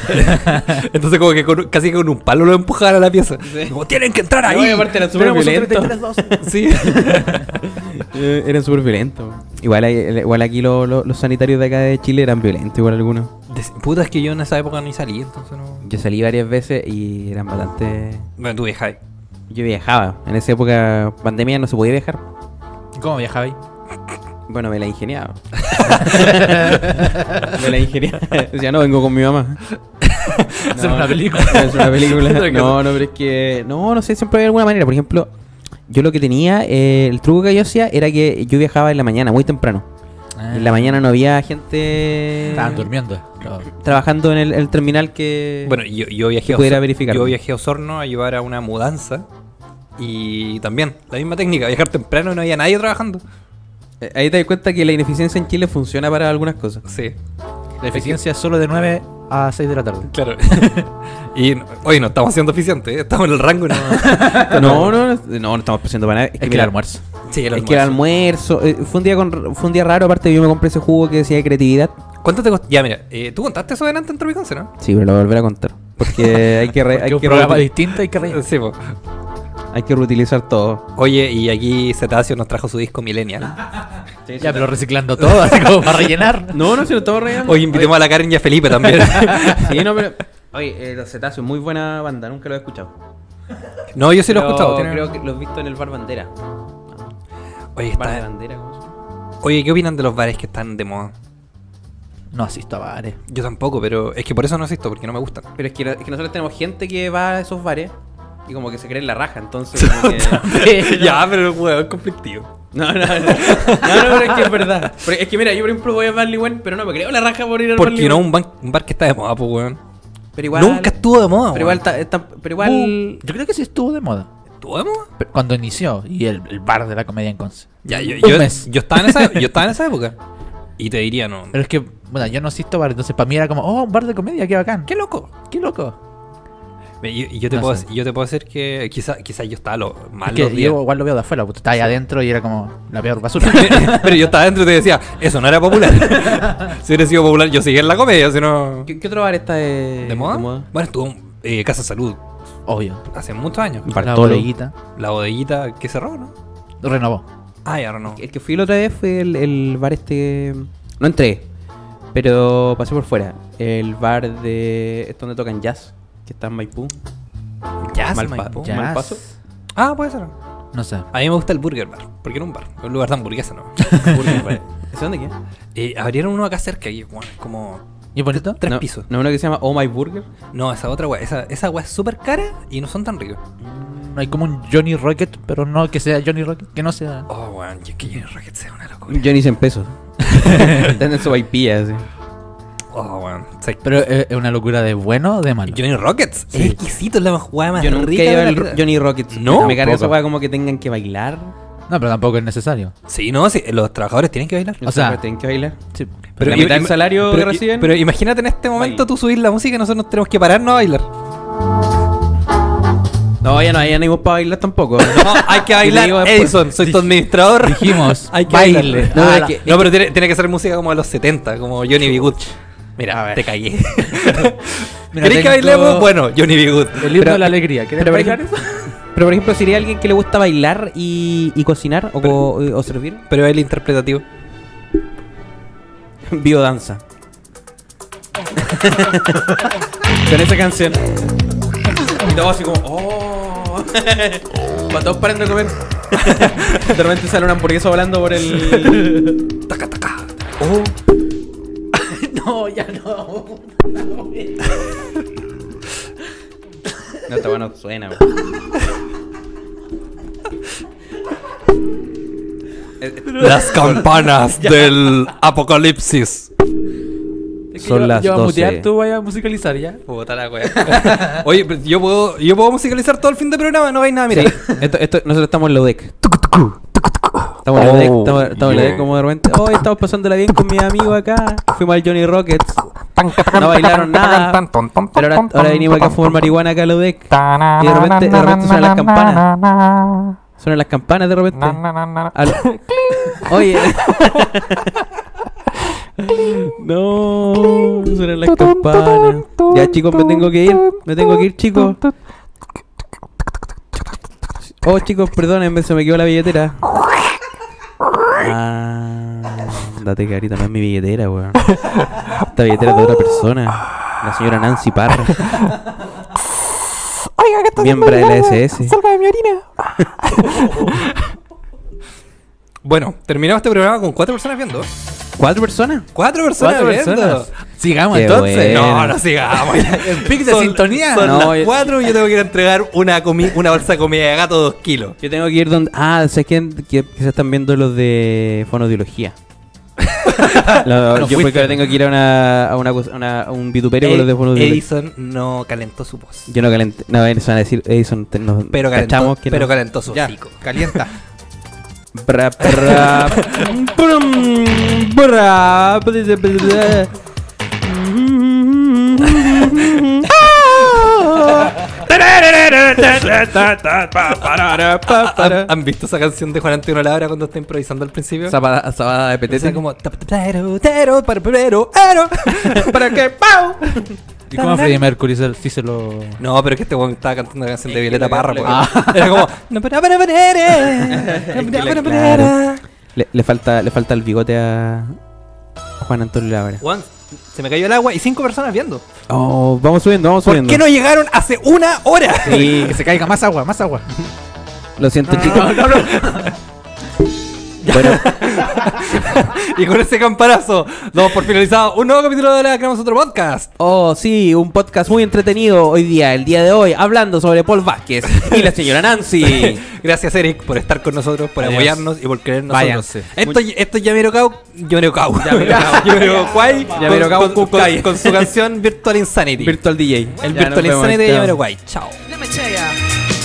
Speaker 2: Entonces como que con- casi que con un palo lo empujaban a la pieza. Como, tienen que entrar
Speaker 12: No, y
Speaker 2: ahí.
Speaker 12: aparte eran súper
Speaker 2: Tenemos
Speaker 12: violentos.
Speaker 2: otro 33 sí.
Speaker 3: Eh, eran súper violentos. Igual, ahí- eh, igual aquí lo- lo- los sanitarios de acá de Chile eran violentos, igual algunos.
Speaker 2: Des- Puta, es que yo en esa época ni salí, entonces no...
Speaker 3: Yo salí varias veces y eran bastante...
Speaker 2: Bueno, tú viajabas.
Speaker 3: Yo viajaba. En esa época, pandemia, no se podía viajar.
Speaker 4: ¿Cómo viajaba ahí?
Speaker 3: Bueno, me la ingeniaba. me la ingeniaba. Decía, no, vengo con mi mamá.
Speaker 4: Hacer una película.
Speaker 3: Es una película. No, no, pero es que... No, no sé, siempre hay alguna manera. Por ejemplo, yo lo que tenía, eh, el truco que yo hacía era que yo viajaba en la mañana, muy temprano. En la mañana no había gente...
Speaker 4: Estaban durmiendo.
Speaker 3: Trabajando en el, el terminal que...
Speaker 2: Bueno, yo, yo viajé a
Speaker 3: Pudiera
Speaker 2: Osor-
Speaker 3: verificarlo.
Speaker 2: Yo viajé a Osorno a llevar a una mudanza y también la misma técnica, viajar temprano y no había nadie trabajando.
Speaker 3: Eh, Ahí te das cuenta que la ineficiencia en Chile funciona para algunas cosas.
Speaker 2: Sí,
Speaker 4: La eficiencia es solo de 9 a 6 de la tarde.
Speaker 2: claro. y hoy no estamos siendo eficientes, ¿eh? estamos en el rango. No.
Speaker 3: No, no, no, no estamos haciendo para nada. Es que,
Speaker 4: Es que el
Speaker 3: mira,
Speaker 4: almuerzo.
Speaker 2: sí, el
Speaker 3: es que el
Speaker 2: almuerzo.
Speaker 3: almuerzo. eh, fue, un día con, fue un día raro, aparte yo me compré ese jugo que decía de creatividad.
Speaker 2: ¿Cuánto te costó? Ya, mira, eh, tú contaste eso delante en Tropiconce, ¿no?
Speaker 3: Sí, pero lo voy a volver a contar. Porque hay que, re- hay
Speaker 4: Que un
Speaker 3: que,
Speaker 4: programa
Speaker 3: reutil-
Speaker 4: distinto y que reír.
Speaker 2: Sí, po.
Speaker 3: hay que reutilizar todo.
Speaker 2: Oye, y aquí Cetáceo nos trajo su disco
Speaker 3: Ah.
Speaker 2: Millennial.
Speaker 4: Ya, pero reciclando todo, así como para rellenar.
Speaker 3: No, no, si lo estamos reyendo.
Speaker 2: Hoy invitemos a la Karen y a Felipe también.
Speaker 3: Sí, no, pero. Oye, eh, Los Cetáceos, muy buena banda, nunca lo he escuchado.
Speaker 2: no, yo sí lo he escuchado. tiene-
Speaker 3: Creo que los he visto en el Bar Bandera.
Speaker 2: Oye,
Speaker 3: Bar de
Speaker 2: está-
Speaker 3: Bandera, ¿cómo se llama?
Speaker 2: Oye, ¿qué opinan de los bares que están de moda?
Speaker 4: No asisto a bares.
Speaker 2: Yo tampoco, pero es que por eso no asisto, porque no me gustan.
Speaker 3: Pero es que, es que nosotros tenemos gente que va a esos bares y como que se creen la raja, entonces. como que-
Speaker 2: ya, pero weón, es conflictivo.
Speaker 3: No, no, no. No, no, pero es que es verdad. Porque es que mira, yo por ejemplo voy a Barley One, pero no me creo la raja por ir a
Speaker 2: Porque
Speaker 3: Barley
Speaker 2: no
Speaker 3: One.
Speaker 2: un, ban- un bar que está de moda, pues weón.
Speaker 3: Pero igual.
Speaker 2: Nunca estuvo de moda,
Speaker 3: Pero
Speaker 2: weón.
Speaker 3: igual. ta- ta- pero igual.
Speaker 4: Uh, Yo creo que sí estuvo de moda.
Speaker 2: ¿Estuvo de moda?
Speaker 4: Pero Cuando inició. Y el, el bar de la comedia en Conce.
Speaker 2: Ya, yo,
Speaker 4: Un
Speaker 2: yo,
Speaker 4: mes.
Speaker 2: yo estaba en esa, yo estaba en esa época. Y te diría, no.
Speaker 4: Pero es que, bueno, yo no asisto a bares. Entonces para mí era como, oh, un bar de comedia, qué bacán.
Speaker 2: ¡Qué loco!
Speaker 4: Qué loco.
Speaker 2: Y yo, y yo te,
Speaker 4: No
Speaker 2: puedo,
Speaker 4: sé.
Speaker 2: yo te puedo decir que quizás quizá yo estaba lo, mal
Speaker 4: Es que
Speaker 2: los días.
Speaker 4: yo igual lo veo de afuera. porque Estaba ahí adentro y era como la peor basura.
Speaker 2: pero yo estaba adentro y te decía, eso no era popular. si hubiera sido popular, yo seguía en la comedia, si no.
Speaker 3: ¿Qué, qué otro bar está de,
Speaker 2: ¿De moda? Bueno, estuvo eh, Casa Salud
Speaker 4: Obvio.
Speaker 2: hace muchos años.
Speaker 4: La
Speaker 3: Bartolo.
Speaker 4: bodeguita.
Speaker 2: La bodeguita que cerró, ¿no?
Speaker 4: Renovó.
Speaker 2: Ah, ya no.
Speaker 3: El que fui la otra vez fue el, el bar este. No entré, pero pasé por fuera. El bar de. Es donde tocan jazz, que está en Maipú.
Speaker 2: Jazz,
Speaker 3: Mal
Speaker 2: Maipú.
Speaker 3: pa-
Speaker 4: Jazz.
Speaker 3: paso?
Speaker 2: Ah, puede ser.
Speaker 4: No sé.
Speaker 2: A mí me gusta el Burger Bar, porque era un bar, un lugar de hamburguesa, ¿no?
Speaker 3: Burger Bar. ¿Ese dónde queda?
Speaker 2: Eh, abrieron uno acá cerca y, bueno, es como
Speaker 4: ¿Y es bonito?
Speaker 2: tres
Speaker 3: no,
Speaker 2: pisos.
Speaker 3: No, uno que se llama Oh My Burger.
Speaker 2: No, esa otra weá, esa, esa weá es súper cara y no son tan ricos.
Speaker 4: No hay como un Johnny Rocket, pero no que sea Johnny Rocket, que no sea.
Speaker 2: Oh, weón, y es que Johnny Rocket sea una locura.
Speaker 3: Johnny 100 pesos. Están en su vaipilla, así.
Speaker 2: Oh, weón. O sea,
Speaker 4: Pero eh, es una locura de bueno o de malo.
Speaker 2: Johnny Rockets
Speaker 4: Sí.
Speaker 2: es exquisito, es la más jugada más
Speaker 3: Yo nunca
Speaker 2: rica
Speaker 3: he ido
Speaker 2: de la
Speaker 3: al
Speaker 2: vida.
Speaker 3: Johnny Rockets.
Speaker 2: No,
Speaker 3: Me carga esa
Speaker 4: tampoco.
Speaker 3: weá como que tengan que bailar.
Speaker 4: No, pero tampoco es necesario.
Speaker 2: Sí, no, sí, los trabajadores tienen que bailar.
Speaker 4: O sea-
Speaker 3: pues, tienen que bailar.
Speaker 4: Sí.
Speaker 3: La mitad del salario que
Speaker 2: pero, i-
Speaker 3: reciben.
Speaker 2: Pero imagínate en este momento
Speaker 3: Baila.
Speaker 2: tú subir la música y nosotros tenemos que pararnos a bailar.
Speaker 3: No, ya no hay ánimo para bailar tampoco.
Speaker 2: No, hay que
Speaker 3: Y le digo
Speaker 2: bailar,
Speaker 3: después,
Speaker 2: Edison, soy tu administrador.
Speaker 4: dijimos,
Speaker 2: hay que
Speaker 4: baile. Ah,
Speaker 2: bailar.
Speaker 3: No,
Speaker 2: No,
Speaker 3: es que-
Speaker 2: pero tiene, tiene que ser música como de los 70, como Johnny B. Good. Mira, te cagué. ¿Querés que
Speaker 4: tengo-
Speaker 2: bailemos? Bueno, Johnny B. Good.
Speaker 4: El himno de la alegría. ¿Quieres
Speaker 3: pero, por
Speaker 4: bailar
Speaker 3: ejemplo, pero por ejemplo, sería alguien que le gusta bailar y, y cocinar o, co- eh, o servir.
Speaker 2: Pero el interpretativo.
Speaker 3: Biodanza. Con esa canción.
Speaker 12: Y todos así como, oh. Cuando todos paran de comer.
Speaker 3: De repente sale una hamburguesa volando por el. No, esta weá no suena, weón.
Speaker 2: Las campanas del apocalipsis.
Speaker 4: Es que
Speaker 3: Son
Speaker 4: yo,
Speaker 3: las
Speaker 4: yo voy a
Speaker 3: 12.
Speaker 4: mutear, tú vayas a musicalizar ya.
Speaker 2: Puta la wea. Oye, pero yo puedo, yo puedo musicalizar todo el fin de programa, no hay nada, Ah, mira.
Speaker 3: Sí, esto, esto, nosotros estamos en la UDEC. Estamos en la UDEC, estamos, estamos en la UDEC como de repente. Hoy estamos pasándola bien con mi amigo acá. Fuimos al Johnny Rockets. No bailaron nada. Pero ahora, ahora venimos acá a fumar marihuana acá a la UDEC. Y de repente, de repente suenan las campanas. Suenan las campanas de repente. Al- Oye. No, suenan las campanas. Ya chicos, me tengo que ir. Me tengo que ir, chicos. Oh, chicos, perdónenme, se me quedó la billetera. Ah, date carita, no es mi billetera, weón. Esta billetera es de otra persona. La señora Nancy Parra.
Speaker 13: Oiga, que está
Speaker 3: Miembro de la SS.
Speaker 13: Salga de mi orina.
Speaker 2: Bueno, terminamos este programa con cuatro personas viendo.
Speaker 3: ¿Cuatro personas?
Speaker 2: Cuatro personas Eh.
Speaker 4: Cuatro
Speaker 2: viendo.
Speaker 4: personas. Sigamos
Speaker 3: Qué
Speaker 4: entonces.
Speaker 3: bueno.
Speaker 2: No, no sigamos.
Speaker 4: El pic de
Speaker 2: Son-
Speaker 4: sintonía.
Speaker 2: Son
Speaker 3: No,
Speaker 2: las
Speaker 3: yo-
Speaker 2: 4 y yo tengo que ir a entregar una, comi- una bolsa de comida de gato de 2 kilos.
Speaker 3: Yo tengo que ir donde. Ah, ¿sabes quién? Que, que se están viendo los de fonodiología. No, yo fui que ahora tengo que ir a, una, a, una, cosa- una- a un vituperio con los de fonodiología.
Speaker 2: Eh, Edison no calentó su voz.
Speaker 3: Yo no calenté. No, eso van a decir Edison. te- nos
Speaker 2: Pero calentó,
Speaker 3: cachamos que
Speaker 2: pero
Speaker 3: no.
Speaker 2: calentó su hocico.
Speaker 4: Calienta.
Speaker 3: Bra, bra, brum, bra, bla, bla, bla.
Speaker 2: ¿Han, han visto esa canción de Juan Antonio Labra cuando está improvisando al principio?
Speaker 4: Sabada, sabada de
Speaker 2: Empieza
Speaker 4: petete.
Speaker 2: como tap, tap, tero, tero, para pero, ero, para que pau.
Speaker 4: ¿Y cómo Freddie Mercury se, sí se lo.
Speaker 2: No, pero es que este weón estaba cantando una canción de Violeta Parra. po. Era como. "No, pero, pero, pero, pero, pero, pero, pero".
Speaker 3: Le, le falta, le falta el bigote a, a Juan Antonio Labra.
Speaker 2: Juan, se me cayó el agua y cinco personas viendo.
Speaker 3: Oh, vamos subiendo, vamos
Speaker 2: ¿Por
Speaker 3: subiendo.
Speaker 2: qué no llegaron hace una hora?
Speaker 4: Que se caiga más agua, más agua.
Speaker 3: Lo siento, chicos. Bueno,
Speaker 2: y con ese campanazo, damos por finalizado un nuevo capítulo de la Creamos Otro Podcast.
Speaker 3: oh, sí, un podcast muy entretenido hoy día, el día de hoy, hablando sobre Paul Vázquez y la señora Nancy.
Speaker 2: Gracias, Eric, por estar con nosotros, por
Speaker 4: Adiós.
Speaker 2: apoyarnos y por creer en nosotros.
Speaker 4: Váyanse.
Speaker 2: Esto, esto es Yamero Cau. Yamero Cau. Yamero Kwai.
Speaker 3: Yamero Cau
Speaker 2: con- con-
Speaker 3: Kukai.
Speaker 2: Con con su canción Virtual Insanity.
Speaker 3: Virtual DJ.
Speaker 2: El
Speaker 3: Ya nos
Speaker 2: Virtual
Speaker 3: vemos,
Speaker 2: Insanity de
Speaker 3: chao.
Speaker 2: Yamero Kwai. Chao.
Speaker 14: Let me tell ya.